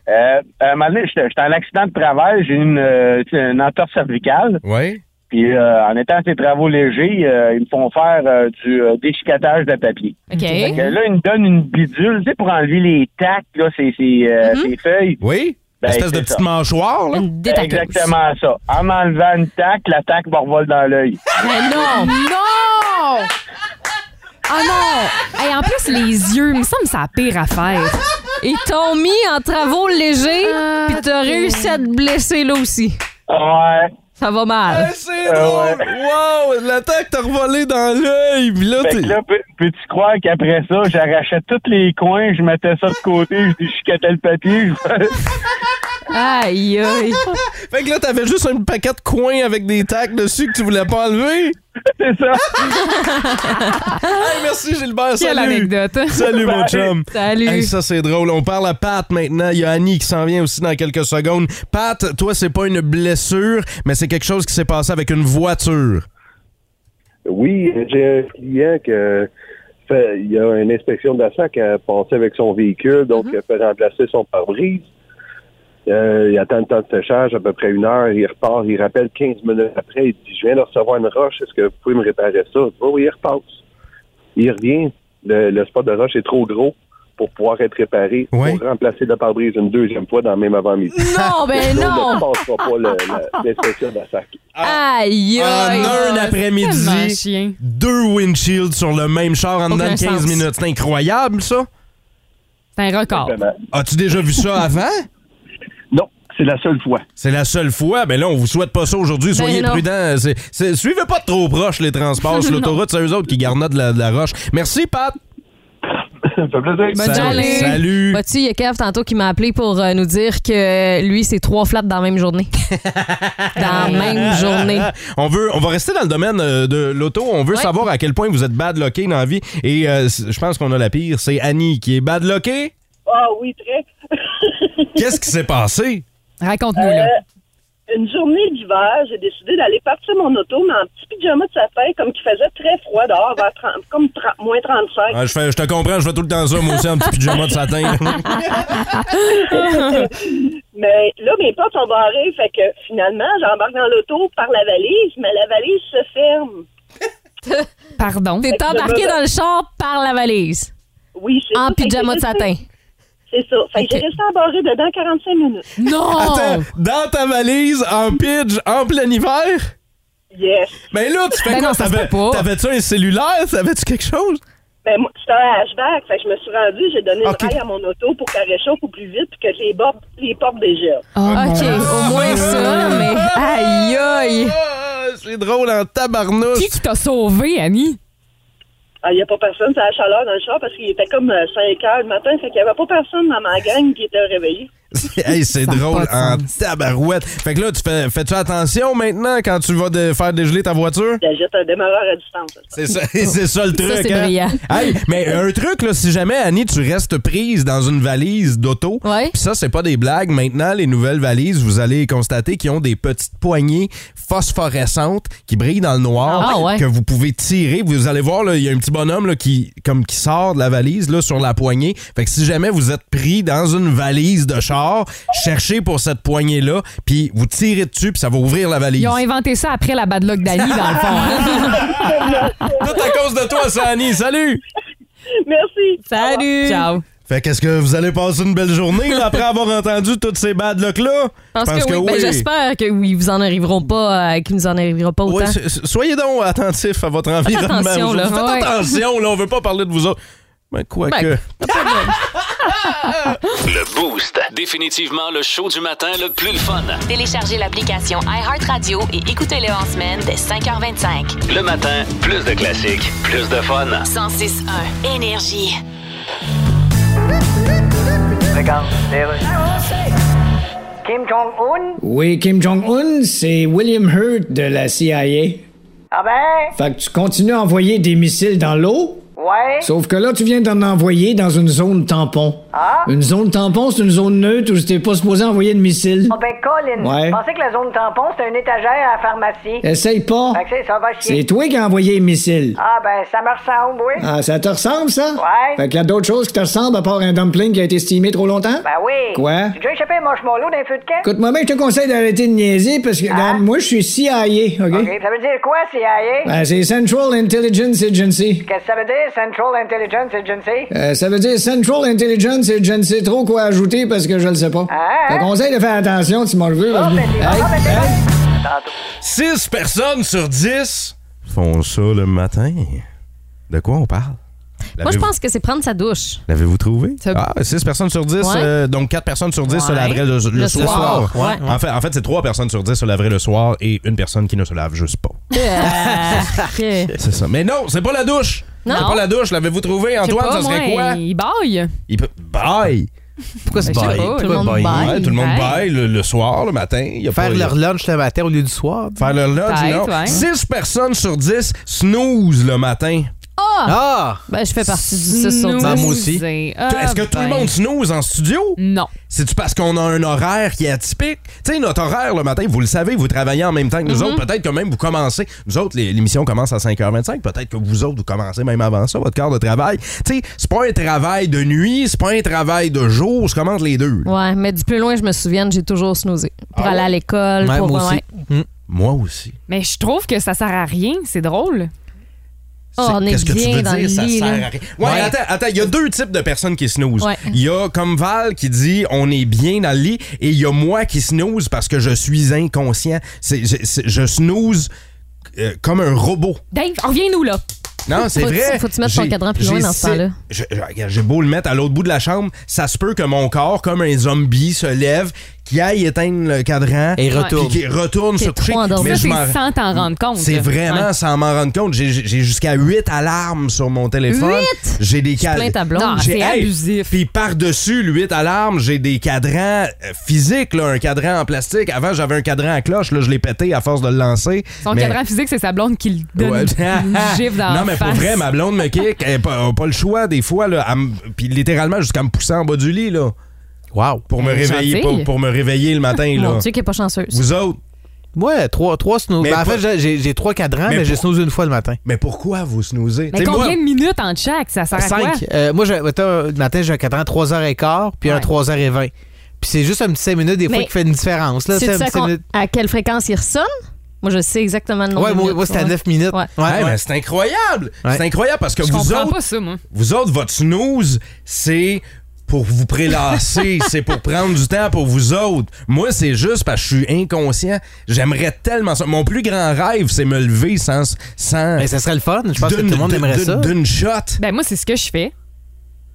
Speaker 15: euh, un moment donné, j'étais j'étais en accident de travail, j'ai eu une, euh, tu sais, une entorse cervicale.
Speaker 5: Oui.
Speaker 15: Puis euh, en étant à ces travaux légers, euh, ils me font faire euh, du euh, déchiquetage de papier.
Speaker 6: OK.
Speaker 15: Fait que là, ils me donnent une bidule, tu sais, pour enlever les tacs, là, ces, ces, euh, ces feuilles. Ben,
Speaker 5: Oui. Espèce de petite mâchoire, là. Une détaqueuse.
Speaker 15: Exactement ça. En m'enlevant une tac, la tac me revole dans l'œil.
Speaker 7: Mais non! Non! Oh non! Hey, en plus, les yeux, il me semble que c'est la pire affaire.
Speaker 6: Ils t'ont mis en travaux légers, puis t'as réussi à te blesser là aussi.
Speaker 15: Ouais.
Speaker 6: Ça va mal.
Speaker 5: C'est
Speaker 15: Ah
Speaker 5: drôle! Wow! L'attaque t'a revolé dans l'œil! Puis là,
Speaker 15: Fait que là, peux- peux-tu croire qu'après ça, j'arrachais tous les coins, je mettais ça de côté, je déchiquetais le papier.
Speaker 6: Aïe, aïe.
Speaker 5: fait que là, t'avais juste un paquet de coins avec des tacs dessus que tu voulais pas enlever.
Speaker 15: C'est ça.
Speaker 5: hey, merci Gilbert.
Speaker 7: Quelle
Speaker 5: salut.
Speaker 7: anecdote.
Speaker 5: Salut, mon
Speaker 7: Bye.
Speaker 5: chum.
Speaker 7: Salut.
Speaker 5: Hey, ça, c'est drôle. On parle à Pat maintenant. Il y a Annie qui s'en vient aussi dans quelques secondes. Pat, toi, c'est pas une blessure, mais c'est quelque chose qui s'est passé avec une voiture.
Speaker 16: Oui, j'ai un client que fait, il y a une inspection de la SAC à passer avec son véhicule, donc
Speaker 6: Mhm.
Speaker 16: il a fait remplacer son pare-brise. Euh, il attend le temps de séchage, à peu près une heure, il repart, il rappelle 15 minutes après, il dit Je viens de recevoir une roche, est-ce que vous pouvez me réparer ça? Je dis, Oui, oui, il repasse. Il revient, le, le spot de roche est trop gros pour pouvoir être réparé, pour remplacer le pare-brise une deuxième fois dans le même avant-midi.
Speaker 6: Non, ben
Speaker 16: Donc,
Speaker 6: non.
Speaker 16: Il ne passera pas le- la- l'inspection de la SAC.
Speaker 6: Aïe, aïe.
Speaker 5: en un après-midi, deux windshields sur le même char en dedans de
Speaker 7: Aucun
Speaker 5: 15
Speaker 7: sens.
Speaker 5: minutes. C'est incroyable, ça?
Speaker 7: C'est un record.
Speaker 5: As-tu déjà vu ça avant?
Speaker 16: Non, c'est la seule fois.
Speaker 5: C'est la seule fois. Ben là, on vous souhaite pas ça
Speaker 6: Ben
Speaker 5: aujourd'hui. Soyez
Speaker 7: non.
Speaker 5: prudents. C'est- c'est- suivez pas de trop proche les transports sur
Speaker 7: Non.
Speaker 5: l'autoroute. C'est eux autres qui garnissent de la, de la roche. Merci, Pat.
Speaker 17: ça me fait plaisir.
Speaker 6: Bonne journée. Vois-tu, il y a Kev tantôt qui m'a appelé pour euh, nous dire que lui, c'est trois flaps dans la même journée. dans la même journée.
Speaker 5: On veut, on va rester dans le domaine euh, de l'auto. On veut savoir à quel point vous êtes bad locké dans la vie. Et euh, c- je pense qu'on a la pire. C'est Annie qui est bad lockée.
Speaker 18: Ah oui, très.
Speaker 5: Qu'est-ce qui s'est passé?
Speaker 7: Raconte-nous,
Speaker 18: là. Euh, Une journée d'hiver, j'ai décidé d'aller partir mon auto, mais en petit pyjama de sapin, comme qu'il faisait très froid dehors, vers 30 comme 30 moins 35.
Speaker 5: Ah, je, fais- je te comprends, je fais tout le temps ça, moi aussi, un petit pyjama de satin.
Speaker 18: mais là, mes portes sont barrées, fait que finalement, j'embarque dans l'auto par la valise, mais la valise se ferme.
Speaker 7: Pardon.
Speaker 6: T'es embarqué dans le char par la valise.
Speaker 18: Oui, c'est
Speaker 6: En
Speaker 18: ça. Fait que
Speaker 6: pyjama de
Speaker 18: j'ai
Speaker 6: satin.
Speaker 18: resté- C'est ça. Fait que j'ai resté embarré dedans 45 minutes.
Speaker 5: Attends, dans ta valise, en pidge, en plein hiver?
Speaker 18: Yes.
Speaker 5: Mais là, tu fais
Speaker 18: Ben
Speaker 5: quoi?
Speaker 18: non, ça se
Speaker 5: T'avais-
Speaker 18: peut pas.
Speaker 5: T'avais-tu un cellulaire? T'avais-tu quelque chose?
Speaker 18: Ben, moi, c'était un hashback. Fait que je me suis rendue, j'ai donné
Speaker 5: Ok.
Speaker 18: une raille à mon auto pour qu'elle réchauffe au plus vite puis que les, bords- les portes dégèlent.
Speaker 6: Ah,
Speaker 5: Oh
Speaker 6: OK, au moins ça, mais aïe aïe.
Speaker 5: Ah, C'est drôle en tabarnouche.
Speaker 7: Qui, qui t'a sauvé, Annie?
Speaker 18: Ah, Il n'y a pas personne, c'est la chaleur dans le char parce qu'il était comme euh, 5 heures le matin. Fait qu'il n'y avait pas personne dans ma gang qui était réveillée.
Speaker 5: Hey, c'est
Speaker 18: Ça a
Speaker 5: drôle
Speaker 18: pas
Speaker 5: en tabarouette. Fait que là, tu fais, fais-tu attention maintenant quand tu vas de- faire dégeler ta voiture?
Speaker 18: J'étais un démarreur à distance.
Speaker 5: C'est ça, c'est ça le truc.
Speaker 18: c'est
Speaker 5: hein?
Speaker 18: brillant.
Speaker 5: Hey, mais euh, un truc, là, si jamais, Annie, tu restes prise dans une valise d'auto, pis ça, c'est pas des blagues. Maintenant, les nouvelles valises, vous allez constater qu'ils ont des petites poignées phosphorescentes qui brillent dans le noir,
Speaker 6: Ah ouais.
Speaker 5: que vous pouvez tirer. Vous allez voir, là, il y a un petit bonhomme là, qui, comme, qui sort de la valise là, sur la poignée. Fait que si jamais vous êtes pris dans une valise de char, cherchez pour cette poignée-là, puis vous tirez dessus, puis ça va ouvrir la valise.
Speaker 7: Ils ont inventé ça après la bad luck d'Annie, dans le fond. hein?
Speaker 5: Tout à cause de toi, ça, Annie. Salut!
Speaker 18: Merci.
Speaker 6: Salut.
Speaker 7: Ciao.
Speaker 5: Fait qu'est-ce que vous allez passer une belle journée là, après avoir entendu toutes ces bad luck là?
Speaker 6: Parce, que, oui, ben, j'espère que oui, vous en arriveront pas, euh, qu'ils nous en arriveront pas
Speaker 5: Ouais,
Speaker 6: autant.
Speaker 5: so- so- soyez donc attentifs à votre environnement.
Speaker 6: attention, là.
Speaker 5: Faites
Speaker 6: Ouais.
Speaker 5: attention, là, on veut pas parler de vous autres. Mais quoi
Speaker 6: Ben,
Speaker 5: que.
Speaker 2: Le Boost. Définitivement le show du matin le plus le fun.
Speaker 1: Téléchargez l'application iHeartRadio et écoutez-le en semaine dès 5h25.
Speaker 2: Le matin, plus de classiques, plus de fun.
Speaker 1: 106.1 Énergie.
Speaker 9: Kim Jong-un?
Speaker 10: Oui, Kim Jong-un, c'est William Hurt de la CIA.
Speaker 9: Ah ben?
Speaker 10: Fait que tu continues à envoyer des missiles dans l'eau.
Speaker 9: Ouais.
Speaker 10: Sauf que là, tu viens d'en envoyer dans une zone tampon.
Speaker 9: Ah?
Speaker 10: Une zone tampon, c'est une zone neutre où t'es pas supposé envoyer de missiles.
Speaker 9: Ah ben, Colin.
Speaker 10: Ouais.
Speaker 9: Je pensais que la zone tampon, c'était une étagère à la pharmacie.
Speaker 10: Essaye pas.
Speaker 9: Fait que c'est- ça va chier.
Speaker 10: C'est toi qui as envoyé les missiles.
Speaker 9: Ah ben, ça me ressemble, oui.
Speaker 10: Ah, ça te ressemble, ça?
Speaker 9: Ouais.
Speaker 10: Fait qu'il y a d'autres choses qui te ressemblent à part un dumpling qui a été stimé trop longtemps?
Speaker 9: Ben oui.
Speaker 10: Quoi?
Speaker 9: J'ai déjà échappé un marshmallow d'un feu de camp.
Speaker 10: Écoute-moi bien, je te conseille d'arrêter de niaiser parce que regarde, moi, je suis CIA, OK?
Speaker 9: Ah. OK, Ça veut dire quoi, CIA?
Speaker 10: Ben, c'est Central Intelligence Agency.
Speaker 9: Qu'est-ce que ça veut dire, Central Intelligence Agency?
Speaker 10: Euh, ça veut dire Central Intelligence et je ne sais trop quoi ajouter parce que je le sais pas.
Speaker 9: Ah, ben,
Speaker 10: Te conseille de faire attention, tu m'en veux. parce que- Hey, hey.
Speaker 5: 6 personnes sur 10 font ça le matin. De quoi on parle?
Speaker 6: Moi, je
Speaker 5: L'avez-vous-
Speaker 6: pense que c'est prendre sa douche.
Speaker 5: L'avez-vous trouvé? Ah, 6 personnes sur 10,
Speaker 6: Ouais.
Speaker 5: euh, donc 4 personnes sur 10 se
Speaker 6: Ouais.
Speaker 5: laveraient le, le
Speaker 6: Le soir.
Speaker 5: soir.
Speaker 6: Ouais.
Speaker 5: En fait, en fait c'est 3 personnes sur 10 se laveraient le soir et une personne qui ne se lave juste pas.
Speaker 7: Euh,
Speaker 5: C'est ça. Mais non, c'est pas la douche.
Speaker 7: Non.
Speaker 5: C'est pas la douche. L'avez-vous trouvé,
Speaker 7: Je sais
Speaker 5: Antoine?
Speaker 7: pas,
Speaker 5: ça serait
Speaker 7: moi,
Speaker 5: quoi?
Speaker 7: Il baille.
Speaker 5: Il peut... Baille! Pourquoi
Speaker 7: Ben, je sais pas, tout le monde Hein? baille.
Speaker 5: Ouais, tout le monde
Speaker 7: Baille.
Speaker 5: baille le, le soir, le matin. Il y a
Speaker 8: Faire
Speaker 5: pas-
Speaker 8: leur lunch le matin au lieu du soir.
Speaker 5: Faire leur lunch,
Speaker 8: Peut-être,
Speaker 5: non.
Speaker 8: ouais.
Speaker 5: 6 personnes sur 10 snooze le matin.
Speaker 6: Ah!
Speaker 5: Ah!
Speaker 6: Ben, je fais partie du 6 sur 10.
Speaker 5: Ben, moi aussi.
Speaker 6: Ah,
Speaker 5: Est-ce que tout
Speaker 6: ben.
Speaker 5: le monde snooze en studio?
Speaker 7: Non.
Speaker 5: C'est-tu parce qu'on a un horaire qui est atypique? Tu sais, notre horaire le matin, vous le savez, vous travaillez en même temps que nous
Speaker 8: Mhm.
Speaker 5: autres. Peut-être que même vous commencez. Nous autres, les- l'émission commence à 5h25. Peut-être que vous autres, vous commencez même avant ça, votre quart de travail. Tu sais, c'est pas un travail de nuit, c'est pas un travail de jour. Je commence les deux.
Speaker 6: Ouais, mais du plus loin, je me souviens, j'ai toujours snoozé. Pour aller à l'école,
Speaker 5: Ah Ouais,
Speaker 6: pour.
Speaker 5: moi
Speaker 6: ouais.
Speaker 5: aussi. Hmm. Moi aussi.
Speaker 7: Mais je trouve que ça sert à rien. C'est drôle.
Speaker 6: Oh, on est
Speaker 5: Qu'est-ce que tu
Speaker 6: bien
Speaker 5: veux
Speaker 6: dans
Speaker 5: dire?
Speaker 6: le
Speaker 5: ça
Speaker 6: lit,
Speaker 5: sert à
Speaker 6: là.
Speaker 5: rien. Ouais,
Speaker 6: Ouais.
Speaker 5: attends, attends, il y a deux types de personnes qui snooze.
Speaker 6: Ouais.
Speaker 5: Il y a comme Val qui dit on est bien dans le lit et il y a moi qui snooze parce que je suis inconscient. C'est- je, c'est- je snooze euh, comme un robot.
Speaker 7: Dave, reviens-nous là.
Speaker 5: Non, c'est
Speaker 6: Faut-
Speaker 5: vrai.
Speaker 6: faut que tu mettes ton
Speaker 5: J'ai-
Speaker 6: cadran plus loin
Speaker 5: j'ai
Speaker 6: dans ce
Speaker 5: six-
Speaker 6: temps-là.
Speaker 5: je- je- regarde, J'ai beau le mettre à l'autre bout de la chambre, ça se peut que mon corps, comme un zombie, se lève, qu'il aille éteindre le cadran
Speaker 19: Et retourne.
Speaker 5: puis qu'il retourne
Speaker 19: Qu'il
Speaker 5: se
Speaker 19: est
Speaker 5: coucher.
Speaker 19: trop endormi.
Speaker 5: je
Speaker 7: Ça,
Speaker 5: m'en-
Speaker 7: c'est sans t'en rendre compte,
Speaker 5: C'est
Speaker 7: là.
Speaker 5: vraiment
Speaker 7: Ouais.
Speaker 5: sans m'en rendre compte. J'ai- J'ai j'ai jusqu'à 8 alarmes sur mon téléphone.
Speaker 7: Huit?
Speaker 5: J'ai des
Speaker 7: Tu plains ta blonde. Non,
Speaker 5: J'ai-
Speaker 7: c'est abusif.
Speaker 5: Puis par-dessus le 8 alarmes, j'ai des cadrans euh, physiques, là, un cadran en plastique. Avant, j'avais un cadran à cloche. Là, je l'ai pété à force de le lancer.
Speaker 7: Son
Speaker 5: Mais-
Speaker 7: cadran physique, c'est sa blonde qui le donne
Speaker 5: Ouais.
Speaker 7: une gifle dans la
Speaker 5: non, mais pour
Speaker 7: face.
Speaker 5: vrai, ma blonde me kick. Elle n'a pas, pas le choix, des fois. Là, elle me- puis littéralement, jusqu'à me pousser en bas du lit. Là. Wow. Pour me,
Speaker 6: Elle est
Speaker 5: réveiller,
Speaker 6: gentille.
Speaker 5: pour, pour me réveiller le matin.
Speaker 6: Mon
Speaker 5: là.
Speaker 6: Dieu, qui est pas chanceuse.
Speaker 5: Vous autres?
Speaker 19: Moi, trois, trois snooze.
Speaker 5: Mais
Speaker 19: Ben, en
Speaker 5: pas-
Speaker 19: fait, j'ai- j'ai- j'ai trois cadrans,
Speaker 5: Mais
Speaker 19: mais, j'ai
Speaker 5: pour-
Speaker 19: snooze une fois le matin.
Speaker 5: Mais pourquoi vous snoozez?
Speaker 7: Mais
Speaker 19: T'sais,
Speaker 7: combien
Speaker 19: moi-
Speaker 7: de minutes en chaque? Ça sert à quoi?
Speaker 19: Cinq. Euh, moi, j'ai- mettons, le matin, j'ai un cadran 3h15, puis un 3h20. Puis c'est juste un petit 5 minutes des fois
Speaker 6: Mais
Speaker 19: qui fait une différence. Là,
Speaker 6: Sais-tu
Speaker 19: C'est un
Speaker 6: à
Speaker 19: petit
Speaker 6: con-
Speaker 19: minute.
Speaker 6: à quelle fréquence il ressonne? Moi, je sais exactement le nombre
Speaker 19: Ouais,
Speaker 6: de
Speaker 19: moi,
Speaker 6: minutes.
Speaker 19: moi c'était à
Speaker 6: Ouais.
Speaker 19: 9 minutes. Ouais.
Speaker 5: Hey,
Speaker 19: ouais.
Speaker 5: mais c'est incroyable! C'est incroyable parce que
Speaker 7: Je
Speaker 5: vous
Speaker 7: comprends
Speaker 5: autres,
Speaker 7: pas ça, moi.
Speaker 5: vous autres, votre snooze, c'est pour vous prélasser, c'est pour prendre du temps pour vous autres. Moi, c'est juste parce que je suis inconscient. J'aimerais tellement ça. Mon plus grand rêve, c'est me lever sans. sans
Speaker 19: Mais ça serait le fun. Je pense que
Speaker 5: d'une-
Speaker 19: tout le monde
Speaker 5: d'une-
Speaker 19: aimerait
Speaker 5: d'une-
Speaker 19: ça.
Speaker 5: D'une shot.
Speaker 7: Ben moi, c'est ce que je fais.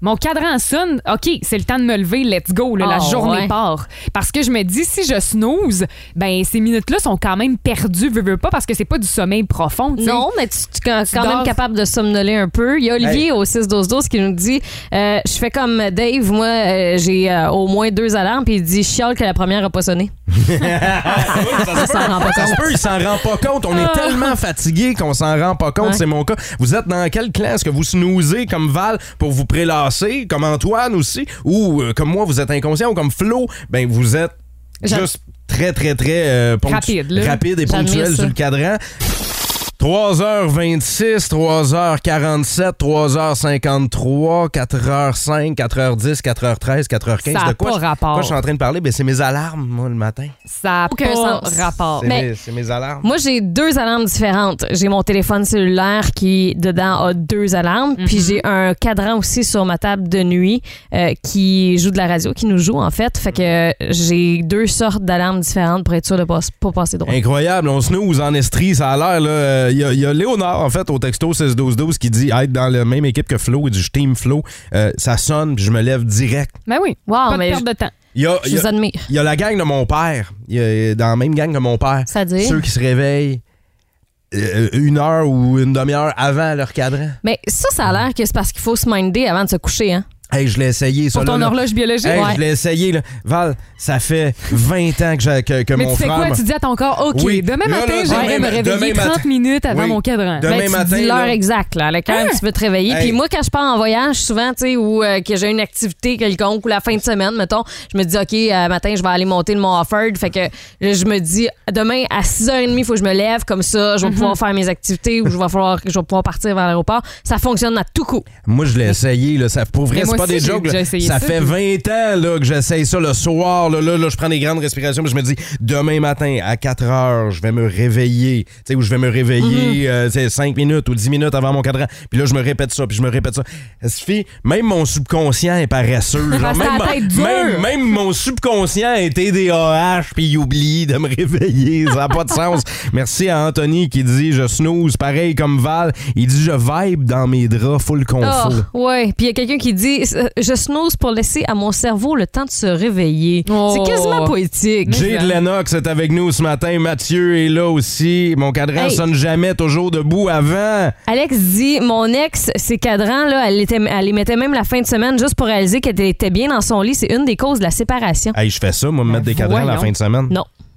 Speaker 7: Mon cadran sonne, OK, c'est le temps de me lever, let's go, là, la
Speaker 6: Ah,
Speaker 7: journée
Speaker 6: ouais.
Speaker 7: part. Parce que je me dis, si je snooze, ben ces minutes-là sont quand même perdues, veux, veux pas, parce que c'est pas du sommeil profond. tu sais.
Speaker 6: Non, mais tu, tu- quand,
Speaker 7: Tu
Speaker 6: quand même
Speaker 7: dors.
Speaker 6: capable de somnoler un peu. Il y a Olivier
Speaker 7: Hey.
Speaker 6: au 6-12-12 qui nous dit euh, Je fais comme Dave, moi, euh, j'ai euh, au moins deux alarmes, puis il dit Je chiale que la première a pas sonné.
Speaker 5: ça
Speaker 6: s'en rend pas
Speaker 5: Ça se
Speaker 6: compte.
Speaker 5: peut, il s'en rend pas compte.
Speaker 7: Ah.
Speaker 5: On est tellement fatigué qu'on s'en rend pas compte.
Speaker 6: Ouais.
Speaker 5: C'est mon cas. Vous êtes dans quel clan? Est-ce que vous snoozez comme Val pour vous prélasser, comme Antoine aussi? Ou euh, comme moi, vous êtes inconscient? Ou comme Flo, ben vous êtes
Speaker 7: J'a-
Speaker 5: juste très, très, très euh, ponctu-
Speaker 7: Rapide, là.
Speaker 5: rapide et
Speaker 7: J'admire
Speaker 5: ponctuel
Speaker 7: ça.
Speaker 5: sur le cadran. 3h26, 3h47, 3h53, 4h05, 4h10, 4h13, 4h15.
Speaker 7: Ça a
Speaker 5: de quoi
Speaker 7: pas
Speaker 5: je-
Speaker 7: rapport.
Speaker 5: quoi je suis en train de parler? Ben, c'est mes alarmes, moi, le matin.
Speaker 7: Ça n'a
Speaker 6: Aucun
Speaker 7: aucun
Speaker 6: sens.
Speaker 7: rapport.
Speaker 5: C'est
Speaker 6: Mais-
Speaker 5: mes- c'est mes alarmes.
Speaker 6: Moi, j'ai deux alarmes différentes. J'ai mon téléphone cellulaire qui, dedans, a deux alarmes.
Speaker 5: Mhm.
Speaker 6: Puis j'ai un cadran aussi sur ma table de nuit euh, qui joue de la radio, qui nous joue, en fait. Fait que euh, j'ai deux sortes d'alarmes différentes pour être sûr de pas, pas passer droit.
Speaker 5: Incroyable, on snooze en estrie, ça a l'air. là. Euh, Il y, a- il y a Léonard, en fait, au texto 16-12-12 qui dit être dans la même équipe que Flo, il dit je team Flo. Euh, ça sonne, puis je me lève direct.
Speaker 7: Ben oui,
Speaker 6: Wow,
Speaker 7: pas de
Speaker 6: mais
Speaker 7: perte
Speaker 6: je-
Speaker 7: de temps.
Speaker 5: Il y a,
Speaker 6: Je
Speaker 5: il y a-
Speaker 6: vous admire.
Speaker 5: Il y a la gang de mon père. Il y a, dans la même gang que mon père.
Speaker 6: C'est-à-dire?
Speaker 5: Ceux qui se réveillent euh, une heure ou une demi-heure avant leur cadran.
Speaker 6: Mais ça, ça a l'air que c'est parce qu'il faut se minder avant de se coucher, hein?
Speaker 5: Hey, je l'ai essayé. ça,
Speaker 7: Pour ton
Speaker 5: là, là.
Speaker 7: horloge biologique,
Speaker 5: Hey,
Speaker 7: ouais.
Speaker 5: Je l'ai essayé. là. Val, ça fait 20 ans que, j'ai- que, que
Speaker 7: mais
Speaker 5: mon
Speaker 7: tu sais
Speaker 5: frère.
Speaker 7: quoi,
Speaker 5: m'a-
Speaker 7: tu dis à ton corps, OK,
Speaker 5: Oui.
Speaker 7: demain
Speaker 5: Là,
Speaker 7: matin,
Speaker 5: là,
Speaker 7: j'aimerais me
Speaker 5: demain-
Speaker 7: réveiller
Speaker 5: demain matin.
Speaker 7: 30 minutes avant
Speaker 5: Oui.
Speaker 7: mon cadran.
Speaker 5: Demain
Speaker 6: Ben, tu
Speaker 5: matin,
Speaker 6: dis l'heure
Speaker 5: là. Ah!
Speaker 6: exacte, là, à laquelle
Speaker 7: Hein?
Speaker 6: tu veux te réveiller.
Speaker 5: Hey.
Speaker 6: Puis moi, quand je pars en voyage, souvent, tu sais, ou euh, que j'ai une activité quelconque ou la fin de semaine, mettons, je me dis, OK, euh, matin, je vais aller monter le Mont Hofford. Fait que là, je me dis, demain, à 6h30, il faut que je me lève. Comme ça,
Speaker 5: Mhm.
Speaker 6: je vais pouvoir faire mes activités ou je vais, falloir, je vais pouvoir partir vers l'aéroport. Ça fonctionne à tout coup.
Speaker 5: Moi, je l'ai essayé. Là. Ça, pour vrai,
Speaker 6: Mais moi
Speaker 5: c'est pas
Speaker 6: aussi,
Speaker 5: des
Speaker 6: j'ai
Speaker 5: jokes.
Speaker 6: déjà
Speaker 5: là.
Speaker 6: essayé ça,
Speaker 5: Ça fait 20 ans là, que j'essaye ça le soir. Là, là, là, je prends des grandes respirations. puis Je me dis, demain matin, à 4 heures, je vais me réveiller. Tu sais, ou je vais me réveiller euh, tu sais, 5 minutes ou 10 minutes avant mon cadran. Puis là, je me répète ça, puis je me répète ça. Ça suffit. Même mon subconscient est paresseux.
Speaker 7: Parce que
Speaker 5: même,
Speaker 7: la tête dure.
Speaker 5: même- même mon subconscient est TDAH, puis il oublie de me réveiller. Ça n'a pas de sens. Merci à Anthony qui dit, je snooze, pareil comme Val. Il dit, je vibe dans mes draps full confort.
Speaker 6: Oh, ouais. Puis il y a quelqu'un qui dit, euh, je snooze pour laisser à mon cerveau le temps de se réveiller. Oh.
Speaker 5: Oh.
Speaker 6: C'est quasiment poétique.
Speaker 5: Jade Lennox est avec nous ce matin. Mathieu est là aussi. Mon cadran
Speaker 6: Hey.
Speaker 5: sonne jamais toujours debout avant.
Speaker 6: Alex dit Mon ex, ses cadrans, là, elle, était- elle les mettait même la fin de semaine juste pour réaliser qu'elle était bien dans son lit. C'est une des causes de la séparation.
Speaker 5: Hey, je fais ça, moi, me mettre des cadrans la
Speaker 6: Ben voyons.
Speaker 5: fin de semaine.
Speaker 6: Non,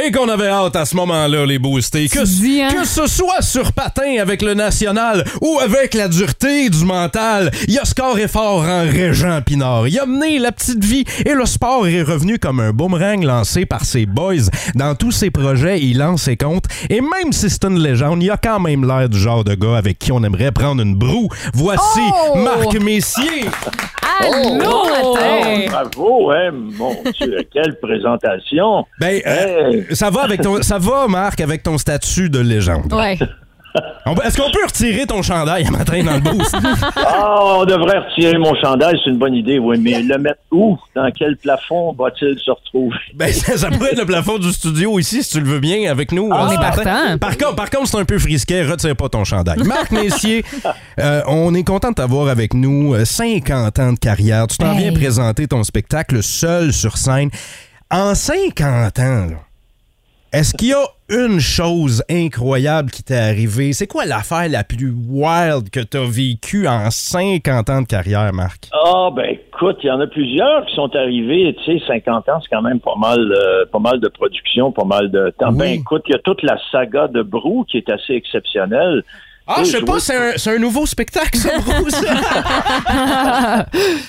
Speaker 5: Et qu'on avait hâte à ce moment-là, les boostés. Que, que ce soit sur patin avec le national ou avec la dureté du mental, il y a score et fort en Régent Pinard. Il a mené la petite vie et le sport est revenu comme un boomerang lancé par ses boys. Dans tous ses projets, il lance ses comptes. Et même si c'est une légende, il a quand même l'air du genre de gars avec qui on aimerait prendre une broue. Voici
Speaker 20: Oh!
Speaker 5: Marc Messier.
Speaker 20: Oh,
Speaker 6: Allô, matin!
Speaker 20: Bravo, hein, mon Dieu, quelle présentation!
Speaker 5: Ben, euh,
Speaker 20: Hey.
Speaker 5: ça va avec ton, ça va, Marc, avec ton statut de légende.
Speaker 6: Ouais.
Speaker 5: On peut- Est-ce qu'on peut retirer ton chandail un matin dans le boost?
Speaker 20: Ah, on devrait retirer mon chandail, c'est une bonne idée, oui, mais le mettre où? Dans quel plafond va-t-il se retrouver?
Speaker 5: Ben, ça, ça pourrait être le plafond du studio ici, si tu le veux bien, avec nous.
Speaker 20: Ah,
Speaker 5: euh,
Speaker 20: on
Speaker 5: ce
Speaker 20: est partant.
Speaker 5: matin. Par contre, par contre, c'est un peu frisquet. Retire pas ton chandail. Marc Messier, euh, on est content de t'avoir avec nous. Euh, 50 ans de carrière. Tu t'en viens présenter ton spectacle seul sur scène. En 50 ans, là, est-ce qu'il y a une chose incroyable qui t'est arrivée? C'est quoi l'affaire la plus wild que t'as vécue en 50 ans de carrière, Marc?
Speaker 20: Ah, ben écoute, il y en a plusieurs qui sont arrivés, tu sais, 50 ans, c'est quand même pas mal, euh, pas mal de production, pas mal de temps. Ben écoute, il y a toute la saga de Brou qui est assez exceptionnelle.
Speaker 5: Ah,
Speaker 20: Tu
Speaker 5: je sais pas,
Speaker 20: jouer-
Speaker 5: c'est un, c'est un nouveau spectacle, ça, Bruce.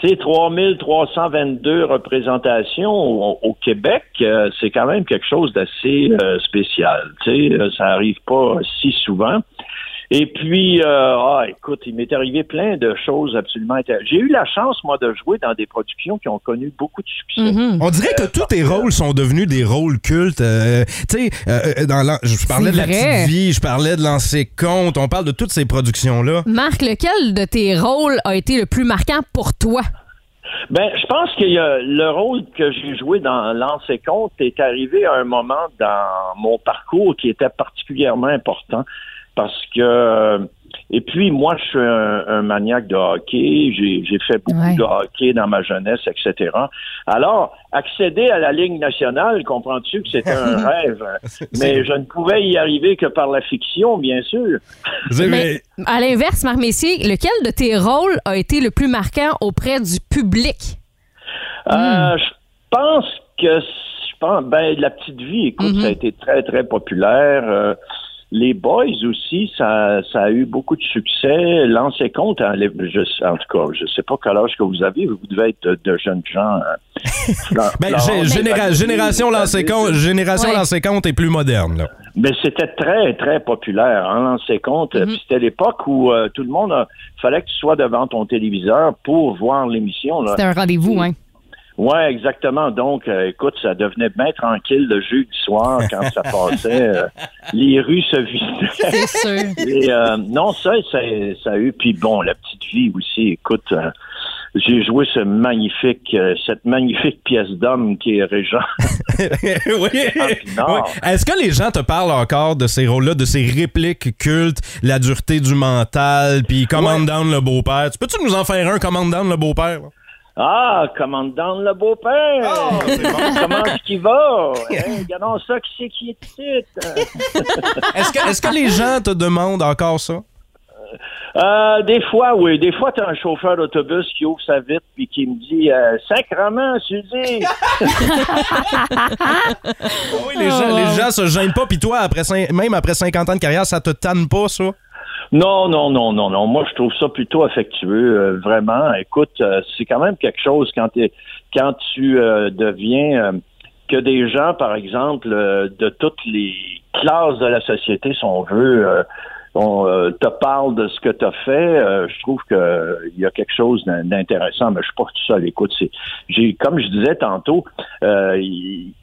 Speaker 20: Tu sais, 3322 représentations au, au Québec, euh, c'est quand même quelque chose d'assez euh, spécial. Tu sais, euh, ça arrive pas si souvent. Et puis, euh, ah, écoute, il m'est arrivé plein de choses absolument intéressantes. J'ai eu la chance, moi, de jouer dans des productions qui ont connu beaucoup de succès.
Speaker 6: Mhm.
Speaker 5: On dirait
Speaker 20: euh,
Speaker 5: que tous tes rôles sont devenus des rôles cultes. Euh, tu sais, euh, euh, dans l'an- je
Speaker 6: C'est
Speaker 5: parlais de la
Speaker 6: vrai.
Speaker 5: petite vie, je parlais de lancer compte, on parle de toutes ces productions-là.
Speaker 6: Marc, lequel de tes rôles a été le plus marquant pour toi?
Speaker 20: Ben, je pense que euh, le rôle que j'ai joué dans Lancer Compte est arrivé à un moment dans mon parcours qui était particulièrement important parce que et puis moi je suis un, un maniaque de hockey, j'ai j'ai fait beaucoup de hockey dans ma jeunesse, etc. Alors, accéder à la Ligue nationale, comprends-tu que c'était un rêve, mais je ne pouvais y arriver que par la fiction, bien sûr.
Speaker 6: Mais, à l'inverse, Marc Messier, lequel de tes rôles a été le plus marquant auprès du public?
Speaker 20: Euh,
Speaker 5: Hmm.
Speaker 20: Je pense que je pense ben la petite vie, écoute,
Speaker 5: Mhm.
Speaker 20: ça a été très très populaire. Euh, les Boys aussi, ça, ça a eu beaucoup de succès. Lancez compte, hein, les- je- en tout cas, je sais pas quel âge que vous avez, vous devez être de, de jeunes gens. hein. Flan-
Speaker 5: Ben,
Speaker 20: Florence,
Speaker 5: gé- généra-
Speaker 20: Valérie,
Speaker 5: génération lancer compte,
Speaker 20: David.
Speaker 5: génération lancer compte est plus moderne. Là.
Speaker 20: Mais c'était très, très populaire, hein, lancez compte.
Speaker 5: Mhm.
Speaker 20: Puis C'était l'époque où euh, tout le monde, euh, fallait que tu sois devant ton téléviseur pour voir l'émission. là.
Speaker 7: C'était un rendez-vous, hein?
Speaker 20: Oui, exactement. Donc, euh, écoute, ça devenait bien tranquille le jeudi soir quand ça passait. euh, les rues se vidaient. Et, euh, non, ça, ça, ça a eu. Puis bon, la petite vie aussi, écoute, euh, j'ai joué ce magnifique, euh, cette magnifique pièce d'homme qui est Régent.
Speaker 5: oui.
Speaker 20: Ah, non.
Speaker 5: Oui. Est-ce que les gens te parlent encore de ces rôles-là, de ces répliques cultes, la dureté du mental, puis command down le beau-père? Tu peux-tu nous en faire un, command down le beau-père? là?
Speaker 20: Ah, commandant le beau-père!
Speaker 5: Oh!
Speaker 20: Comment est-ce qu'il va? Hein, regardons ça, qui c'est qui est petite?
Speaker 5: Est-ce que, est-ce que les gens te demandent encore ça?
Speaker 20: Euh, des fois, oui. Des fois, t'as un chauffeur d'autobus qui ouvre sa vitre puis qui me dit euh, Sacrement, Suzy!
Speaker 5: Oui, les, gens, les gens se gênent pas, puis toi, après cin- même après 50 ans de carrière, ça te tanne pas, ça?
Speaker 20: Non, non, non, non, non. Moi, je trouve ça plutôt affectueux, euh, vraiment. Écoute, euh, c'est quand même quelque chose quand, t'es- quand tu euh, deviens euh, que des gens, par exemple, euh, de toutes les classes de la société, si on veut, euh, on euh, te parle de ce que tu as fait. euh, je trouve que euh, il y a quelque chose d'in- d'intéressant, mais je suis pas tout seul. Écoute, c'est, j'ai, comme je disais tantôt, euh, il-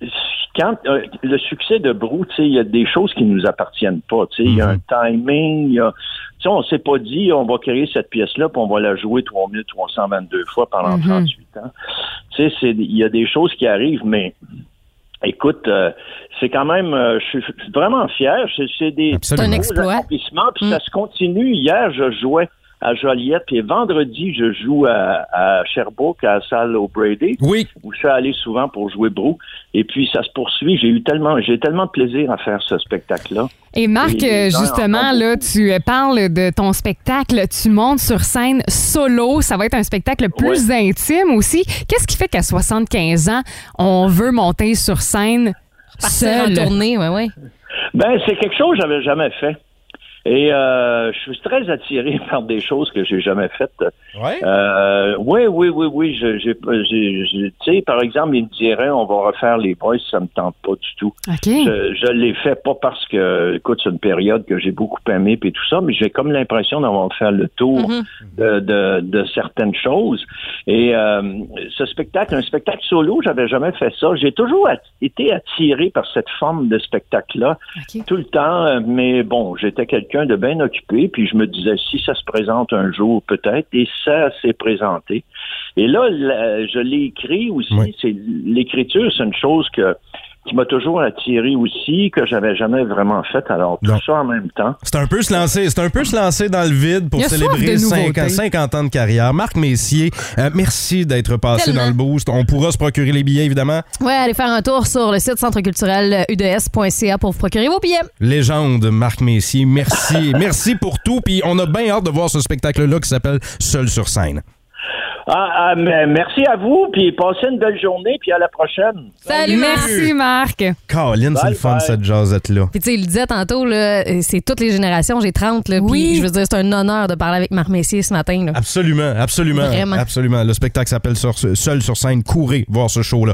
Speaker 20: quand euh, le succès de Brou, tu sais, il y a des choses qui nous appartiennent pas. Tu sais, il y a un timing. il Y a, tu sais, on s'est pas dit, on va créer cette pièce-là, puis on va la jouer 3322 fois pendant 38 ans. Tu sais, c'est- il y a des choses qui arrivent, mais Écoute, euh, c'est quand même, euh, je suis je suis vraiment fier. C'est- C'est des
Speaker 5: C'est un
Speaker 20: gros
Speaker 5: exploit.
Speaker 20: accomplissements, puis
Speaker 7: Mm.
Speaker 20: ça se continue. Hier, je jouais à Joliette, puis vendredi, je joue à, à Sherbrooke, à la salle O'Brady,
Speaker 5: oui.
Speaker 20: où je suis allé souvent pour jouer Brou. Et puis, ça se poursuit. J'ai eu tellement, j'ai tellement de plaisir à faire ce spectacle-là.
Speaker 7: Et Marc,
Speaker 20: Et-
Speaker 7: euh, justement, là, tu euh, parles de ton spectacle, tu montes sur scène solo, ça va être un spectacle plus intime aussi. Qu'est-ce qui fait qu'à 75 ans, on veut monter sur scène
Speaker 6: Partir en
Speaker 7: seul?
Speaker 6: tournée, ouais, ouais.
Speaker 20: Ben, c'est quelque chose que j'avais jamais fait. Et euh, je suis très attiré par des choses que j'ai jamais faites.
Speaker 5: Ouais.
Speaker 20: Euh, oui, oui, oui, oui. je- j'ai- j'ai- j'ai- Tu sais, par exemple, il me dirait on va refaire les boys, ça me tente pas du tout.
Speaker 7: OK.
Speaker 20: Je, je l'ai fait pas parce que, écoute, c'est une période que j'ai beaucoup aimée puis tout ça, mais j'ai comme l'impression d'avoir fait le tour de, de- de certaines choses. Et euh, ce spectacle, un spectacle solo, j'avais jamais fait ça. J'ai toujours at- été attiré par cette forme de spectacle-là tout le temps, euh, mais bon, j'étais quelqu'un de bien occupé, puis je me disais si ça se présente un jour, peut-être, et ça s'est présenté. Et là, la- je l'ai écrit aussi. C'est l'écriture, c'est une chose que qui m'a toujours attiré aussi, que j'avais jamais vraiment faite. Alors, tout ça en même temps.
Speaker 5: C'est un peu se lancer, c'est un peu se lancer dans le vide pour
Speaker 20: Il y a soif
Speaker 5: célébrer
Speaker 20: de nouveautés.
Speaker 5: 50, 50 ans de carrière. Marc Messier, euh, merci d'être passé
Speaker 6: Tellement.
Speaker 5: dans le boost. On pourra se procurer les billets évidemment.
Speaker 6: Ouais, allez faire un tour sur le site centreculturel euh, uds.ca pour vous procurer vos billets.
Speaker 5: Légende Marc Messier, merci, merci pour tout puis on a bien hâte de voir ce spectacle là qui s'appelle Seul sur scène.
Speaker 20: Ah, ah, mais merci à vous, puis passez une belle journée, puis à la prochaine.
Speaker 6: Salut,
Speaker 7: Merci, Marc.
Speaker 5: Caroline, c'est
Speaker 20: Bye,
Speaker 5: le fun
Speaker 20: bye.
Speaker 5: cette jazzette là.
Speaker 6: Puis tu sais, il le disait tantôt, là, euh, c'est toutes les générations, j'ai 30, là, puis je veux dire, c'est un honneur de parler avec Marc Messier ce
Speaker 21: Hein?
Speaker 6: matin. là.
Speaker 5: Absolument, absolument,
Speaker 6: Vraiment.
Speaker 5: absolument. Le spectacle s'appelle Sur- Seul sur scène. Courez voir ce show là.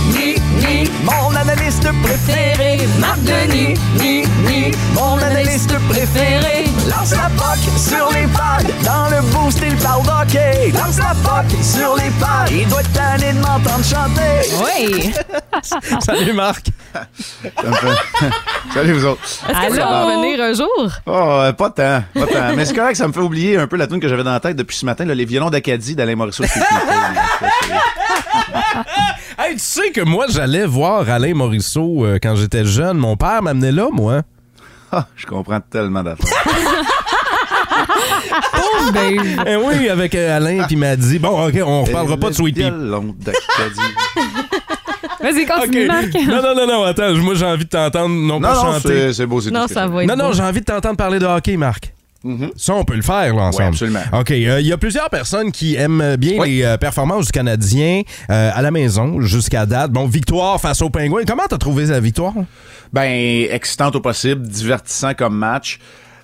Speaker 22: ni, ni, mon analyste préféré. Marc Denis, ni, ni, mon analyste préféré. Lance la POC sur les pads. Dans le boost, il parle d'hockey. Lance la POC sur les pads. Il doit être tanné de m'entendre chanter.
Speaker 6: Oui.
Speaker 5: Salut Marc.
Speaker 21: Salut vous autres.
Speaker 6: Est-ce que ça va revenir un jour?
Speaker 21: Oh, euh, pas tant, pas tant. Mais c'est correct, ça me fait oublier un peu la tune que j'avais dans la tête depuis ce matin, là, les violons d'Acadie d'Alain Morisseau.
Speaker 5: Hey, tu sais que moi, j'allais voir Alain Morisseau euh, quand j'étais jeune. Mon père m'amenait là, moi.
Speaker 21: Ah, je comprends tellement d'affaires.
Speaker 5: Oh,
Speaker 21: Ben,
Speaker 5: Eh oui, avec euh, Alain, puis il m'a dit Bon, OK, on reparlera pas de Sweet Pea.
Speaker 7: Vas-y, continue,
Speaker 5: Ok.
Speaker 7: Marc.
Speaker 5: Non, non, non, non, attends, moi, j'ai envie de t'entendre, non,
Speaker 21: Non,
Speaker 5: pas
Speaker 21: non,
Speaker 5: chanter.
Speaker 21: c'est- c'est beau, c'est Non, tout ce que ça je va fais. être
Speaker 5: Non, non,
Speaker 21: beau.
Speaker 5: j'ai envie de t'entendre parler de hockey, Marc. Ça, on peut le faire, là, ensemble.
Speaker 21: Mm-hmm. Ouais, absolument.
Speaker 5: OK. euh, Il y a plusieurs personnes qui aiment bien les euh, performances du Canadien euh, à la maison jusqu'à date. Bon, victoire face aux Pingouins. Comment t'as trouvé la victoire?
Speaker 21: Ben, excitante au possible, divertissant comme match.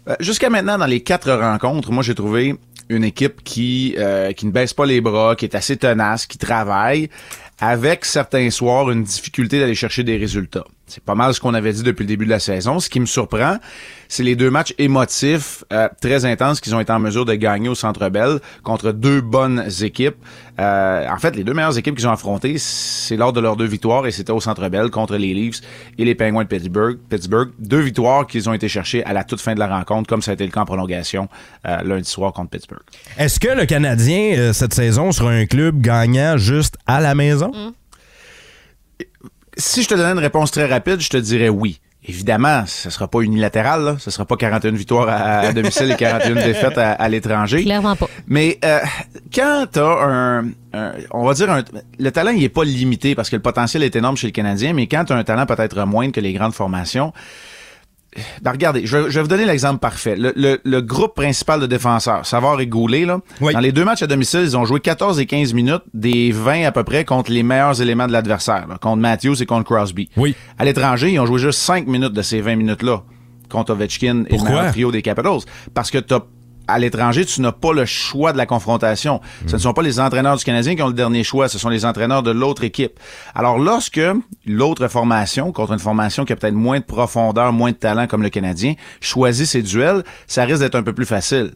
Speaker 21: Euh, Jusqu'à maintenant, dans les quatre rencontres, moi, j'ai trouvé une équipe qui, euh, qui ne baisse pas les bras, qui est assez tenace, qui travaille, avec certains soirs une difficulté d'aller chercher des résultats. C'est pas mal ce qu'on avait dit depuis le début de la saison. Ce qui me surprend, c'est les deux matchs émotifs euh, très intenses qu'ils ont été en mesure de gagner au Centre Bell contre deux bonnes équipes. Euh, en fait, les deux meilleures équipes qu'ils ont affrontées, c'est lors de leurs deux victoires et c'était au Centre Bell contre les Leafs et les Penguins de Pittsburgh. Pittsburgh, deux victoires qu'ils ont été chercher à la toute fin de la rencontre, comme ça a été le cas en prolongation euh, lundi soir contre Pittsburgh.
Speaker 5: Est-ce que le Canadien, euh, cette saison, sera un club gagnant juste à la maison?
Speaker 21: Si je te donnais une réponse très rapide, je te dirais oui. Évidemment, ce sera pas unilatéral, là. ce sera pas 41 victoires à, à domicile et 41 défaites à, à l'étranger.
Speaker 6: Clairement pas.
Speaker 21: Mais euh, quand t'as un, un- on va dire un, le talent il est pas limité parce que le potentiel est énorme chez le Canadien, mais quand t'as un talent peut-être moindre que les grandes formations, ben, regardez, je, vais- je vais vous donner l'exemple parfait. Le, le- le groupe principal de défenseurs, Savard et Goulet, là, dans les deux matchs à domicile, ils ont joué 14 et 15 minutes, des 20 à peu près, contre les meilleurs éléments de l'adversaire, là, contre Matthews et contre Crosby.
Speaker 5: Oui.
Speaker 21: À l'étranger, ils ont joué juste 5 minutes de ces 20 minutes-là contre Ovechkin et le
Speaker 5: Pourquoi?
Speaker 21: meilleur trio des Capitals. Parce que t'as- à l'étranger, tu n'as pas le choix de la confrontation. Ce ne sont pas les entraîneurs du Canadien qui ont le dernier choix, ce sont les entraîneurs de l'autre équipe. Alors lorsque l'autre formation, contre une formation qui a peut-être moins de profondeur, moins de talent comme le Canadien, choisit ses duels, ça risque d'être un peu plus facile.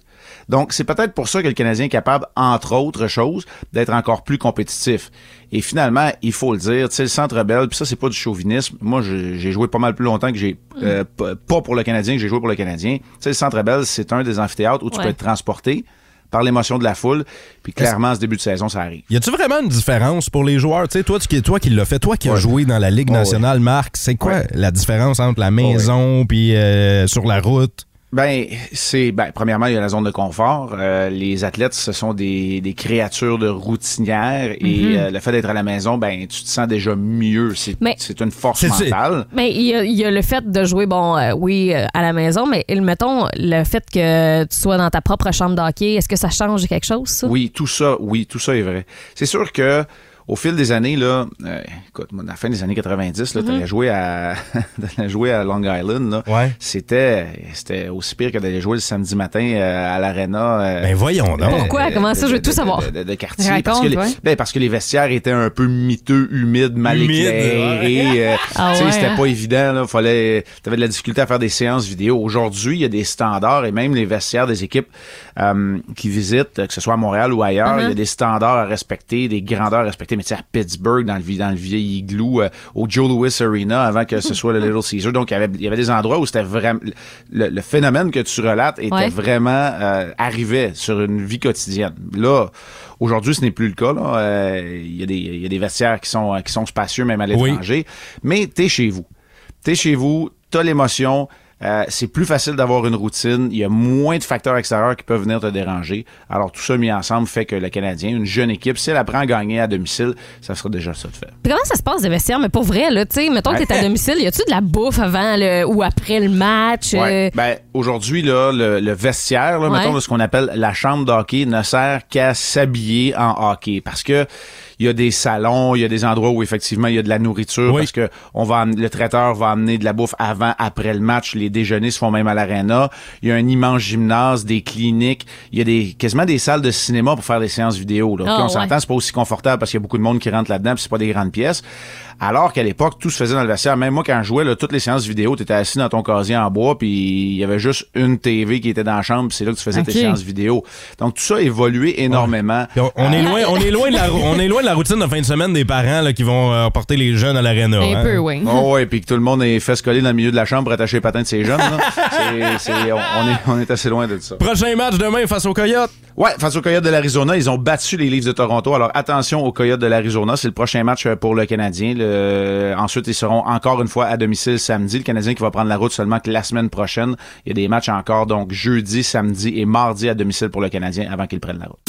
Speaker 21: Donc, c'est peut-être pour ça que le Canadien est capable, entre autres choses, d'être encore plus compétitif. Et finalement, il faut le dire, tu sais, le Centre Bell, puis ça, c'est pas du chauvinisme. Moi, je- j'ai joué pas mal plus longtemps que j'ai... euh, p- pas pour le Canadien, que j'ai joué pour le Canadien. Tu sais, le Centre Bell, c'est un des amphithéâtres où tu
Speaker 5: Ouais.
Speaker 21: peux être transporté par l'émotion de la foule. Puis clairement, ce début de saison, ça arrive.
Speaker 5: Y a-tu vraiment une différence pour les joueurs? Tu sais, toi, tu, toi qui l'as fait, toi qui as joué dans la Ligue
Speaker 21: Ouais,
Speaker 5: nationale, Marc, c'est quoi la différence entre la maison puis euh, sur la route?
Speaker 21: Ben, c'est ben, premièrement il y a la zone de confort. Euh, les athlètes, ce sont des, des créatures de routinières et
Speaker 6: Mhm.
Speaker 21: euh, le fait d'être à la maison, ben tu te sens déjà mieux. C'est
Speaker 6: Mais-
Speaker 21: c'est une force mentale.
Speaker 6: Mais il y, a- il y a le fait de jouer, bon, euh, oui, euh, à la maison, mais il- mettons, le fait que tu sois dans ta propre chambre d'hockey, est-ce que ça change quelque chose, ça?
Speaker 21: Oui, tout ça, oui, tout ça est vrai. C'est sûr que au fil des années, là, euh, écoute, moi, à la fin des années 90, là,
Speaker 6: Mhm.
Speaker 21: t'allais jouer à t'allais jouer à Long Island, là. C'était c'était aussi pire que d'aller jouer le samedi matin euh, à l'arena.
Speaker 5: Ben, voyons donc.
Speaker 6: Pourquoi? Comment ça? Je veux tout savoir.
Speaker 21: De, de- de quartier.
Speaker 6: Raconte,
Speaker 21: parce, que les,
Speaker 6: ouais.
Speaker 21: ben, parce que les vestiaires étaient un peu miteux, humides, mal
Speaker 5: Humides,
Speaker 21: éclairés. euh,
Speaker 6: Ah
Speaker 21: tu sais,
Speaker 6: ouais,
Speaker 21: c'était
Speaker 6: hein?
Speaker 21: pas évident. Là, fallait, t'avais de la difficulté à faire des séances vidéo. Aujourd'hui, il y a des standards et même les vestiaires des équipes euh, qui visitent, euh, que ce soit à Montréal ou ailleurs, il y a
Speaker 4: Mhm.
Speaker 21: des standards à respecter, des grandeurs à respecter. Mais tu sais, à Pittsburgh, dans le, vi- dans le vieil igloo, euh, au Joe Louis Arena, avant que ce soit le Little Caesar. Donc, il y avait, il y avait des endroits où c'était vraiment... Le, le phénomène que tu relates était
Speaker 4: Ouais.
Speaker 21: vraiment euh, arrivé sur une vie quotidienne. Là... Aujourd'hui, ce n'est plus le cas. là. Euh, Il y, a des- il y a des vestiaires qui sont, euh, qui sont spacieux, même à l'étranger. Mais t'es chez vous. T'es chez vous, t'as l'émotion. euh, c'est plus facile d'avoir une routine. Il y a moins de facteurs extérieurs qui peuvent venir te déranger. Alors, tout ça mis ensemble fait que le Canadien, une jeune équipe, si elle apprend à gagner à domicile, ça sera déjà ça de fait.
Speaker 6: Puis comment ça se passe des vestiaires? Mais pour vrai, là, tu sais, mettons que t'es à
Speaker 21: Ouais.
Speaker 6: domicile, y a-tu de la bouffe avant le, ou après le match?
Speaker 21: Ouais.
Speaker 6: euh,
Speaker 21: Ben, aujourd'hui, là, le, le vestiaire, là,
Speaker 6: Ouais.
Speaker 21: mettons, de ce qu'on appelle la chambre d'hockey, ne sert qu'à s'habiller en hockey. Parce que il y a des salons, il y a des endroits où effectivement il y a de la nourriture parce que on va am- le traiteur va amener de la bouffe avant, après le match, les déjeuners se font même à l'arena. Il y a un immense gymnase, des cliniques, il y a des quasiment des salles de cinéma pour faire des séances vidéo. Là.
Speaker 4: Ah,
Speaker 21: Puis on
Speaker 4: ouais.
Speaker 21: s'entend, c'est pas aussi confortable parce qu'il y a beaucoup de monde qui rentre là-dedans, puis c'est pas des grandes pièces. Alors qu'à l'époque, tout se faisait dans le vestiaire. Même moi, quand je jouais, là, toutes les séances vidéo, t'étais assis dans ton casier en bois, puis il y avait juste une TV qui était dans la chambre, puis c'est là que tu faisais
Speaker 5: Ok.
Speaker 21: tes séances vidéo. Donc tout ça a évolué énormément.
Speaker 5: On
Speaker 4: Ah.
Speaker 5: est,
Speaker 21: Euh,
Speaker 5: loin, on, est loin de la, on est loin de la routine de fin de semaine des parents là, qui vont euh, porter les jeunes à l'aréna. hein.
Speaker 21: Oh, ouais, puis que tout le monde est fait coller dans le milieu de la chambre pour attacher les patins de ses jeunes. là. C'est- c'est- on, on est, on est assez loin de ça.
Speaker 5: Prochain match demain face aux Coyotes.
Speaker 21: Ouais, face aux Coyotes de l'Arizona, ils ont battu les Leafs de Toronto. Alors attention aux Coyotes de l'Arizona, c'est le prochain match euh, pour le Canadien. Le- Ensuite, ils seront encore une fois à domicile samedi. Le Canadien qui va prendre la route seulement que la semaine prochaine. Il y a des matchs encore, donc jeudi, samedi et mardi à domicile pour le Canadien avant qu'ils prennent la route.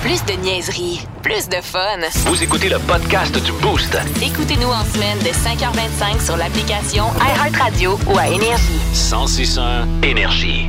Speaker 1: Plus de niaiserie, plus de fun.
Speaker 2: Vous écoutez le podcast du Boost.
Speaker 1: Écoutez-nous en semaine de 5h25 sur l'application iHeartRadio ou à Énergie.
Speaker 2: 1061 Énergie.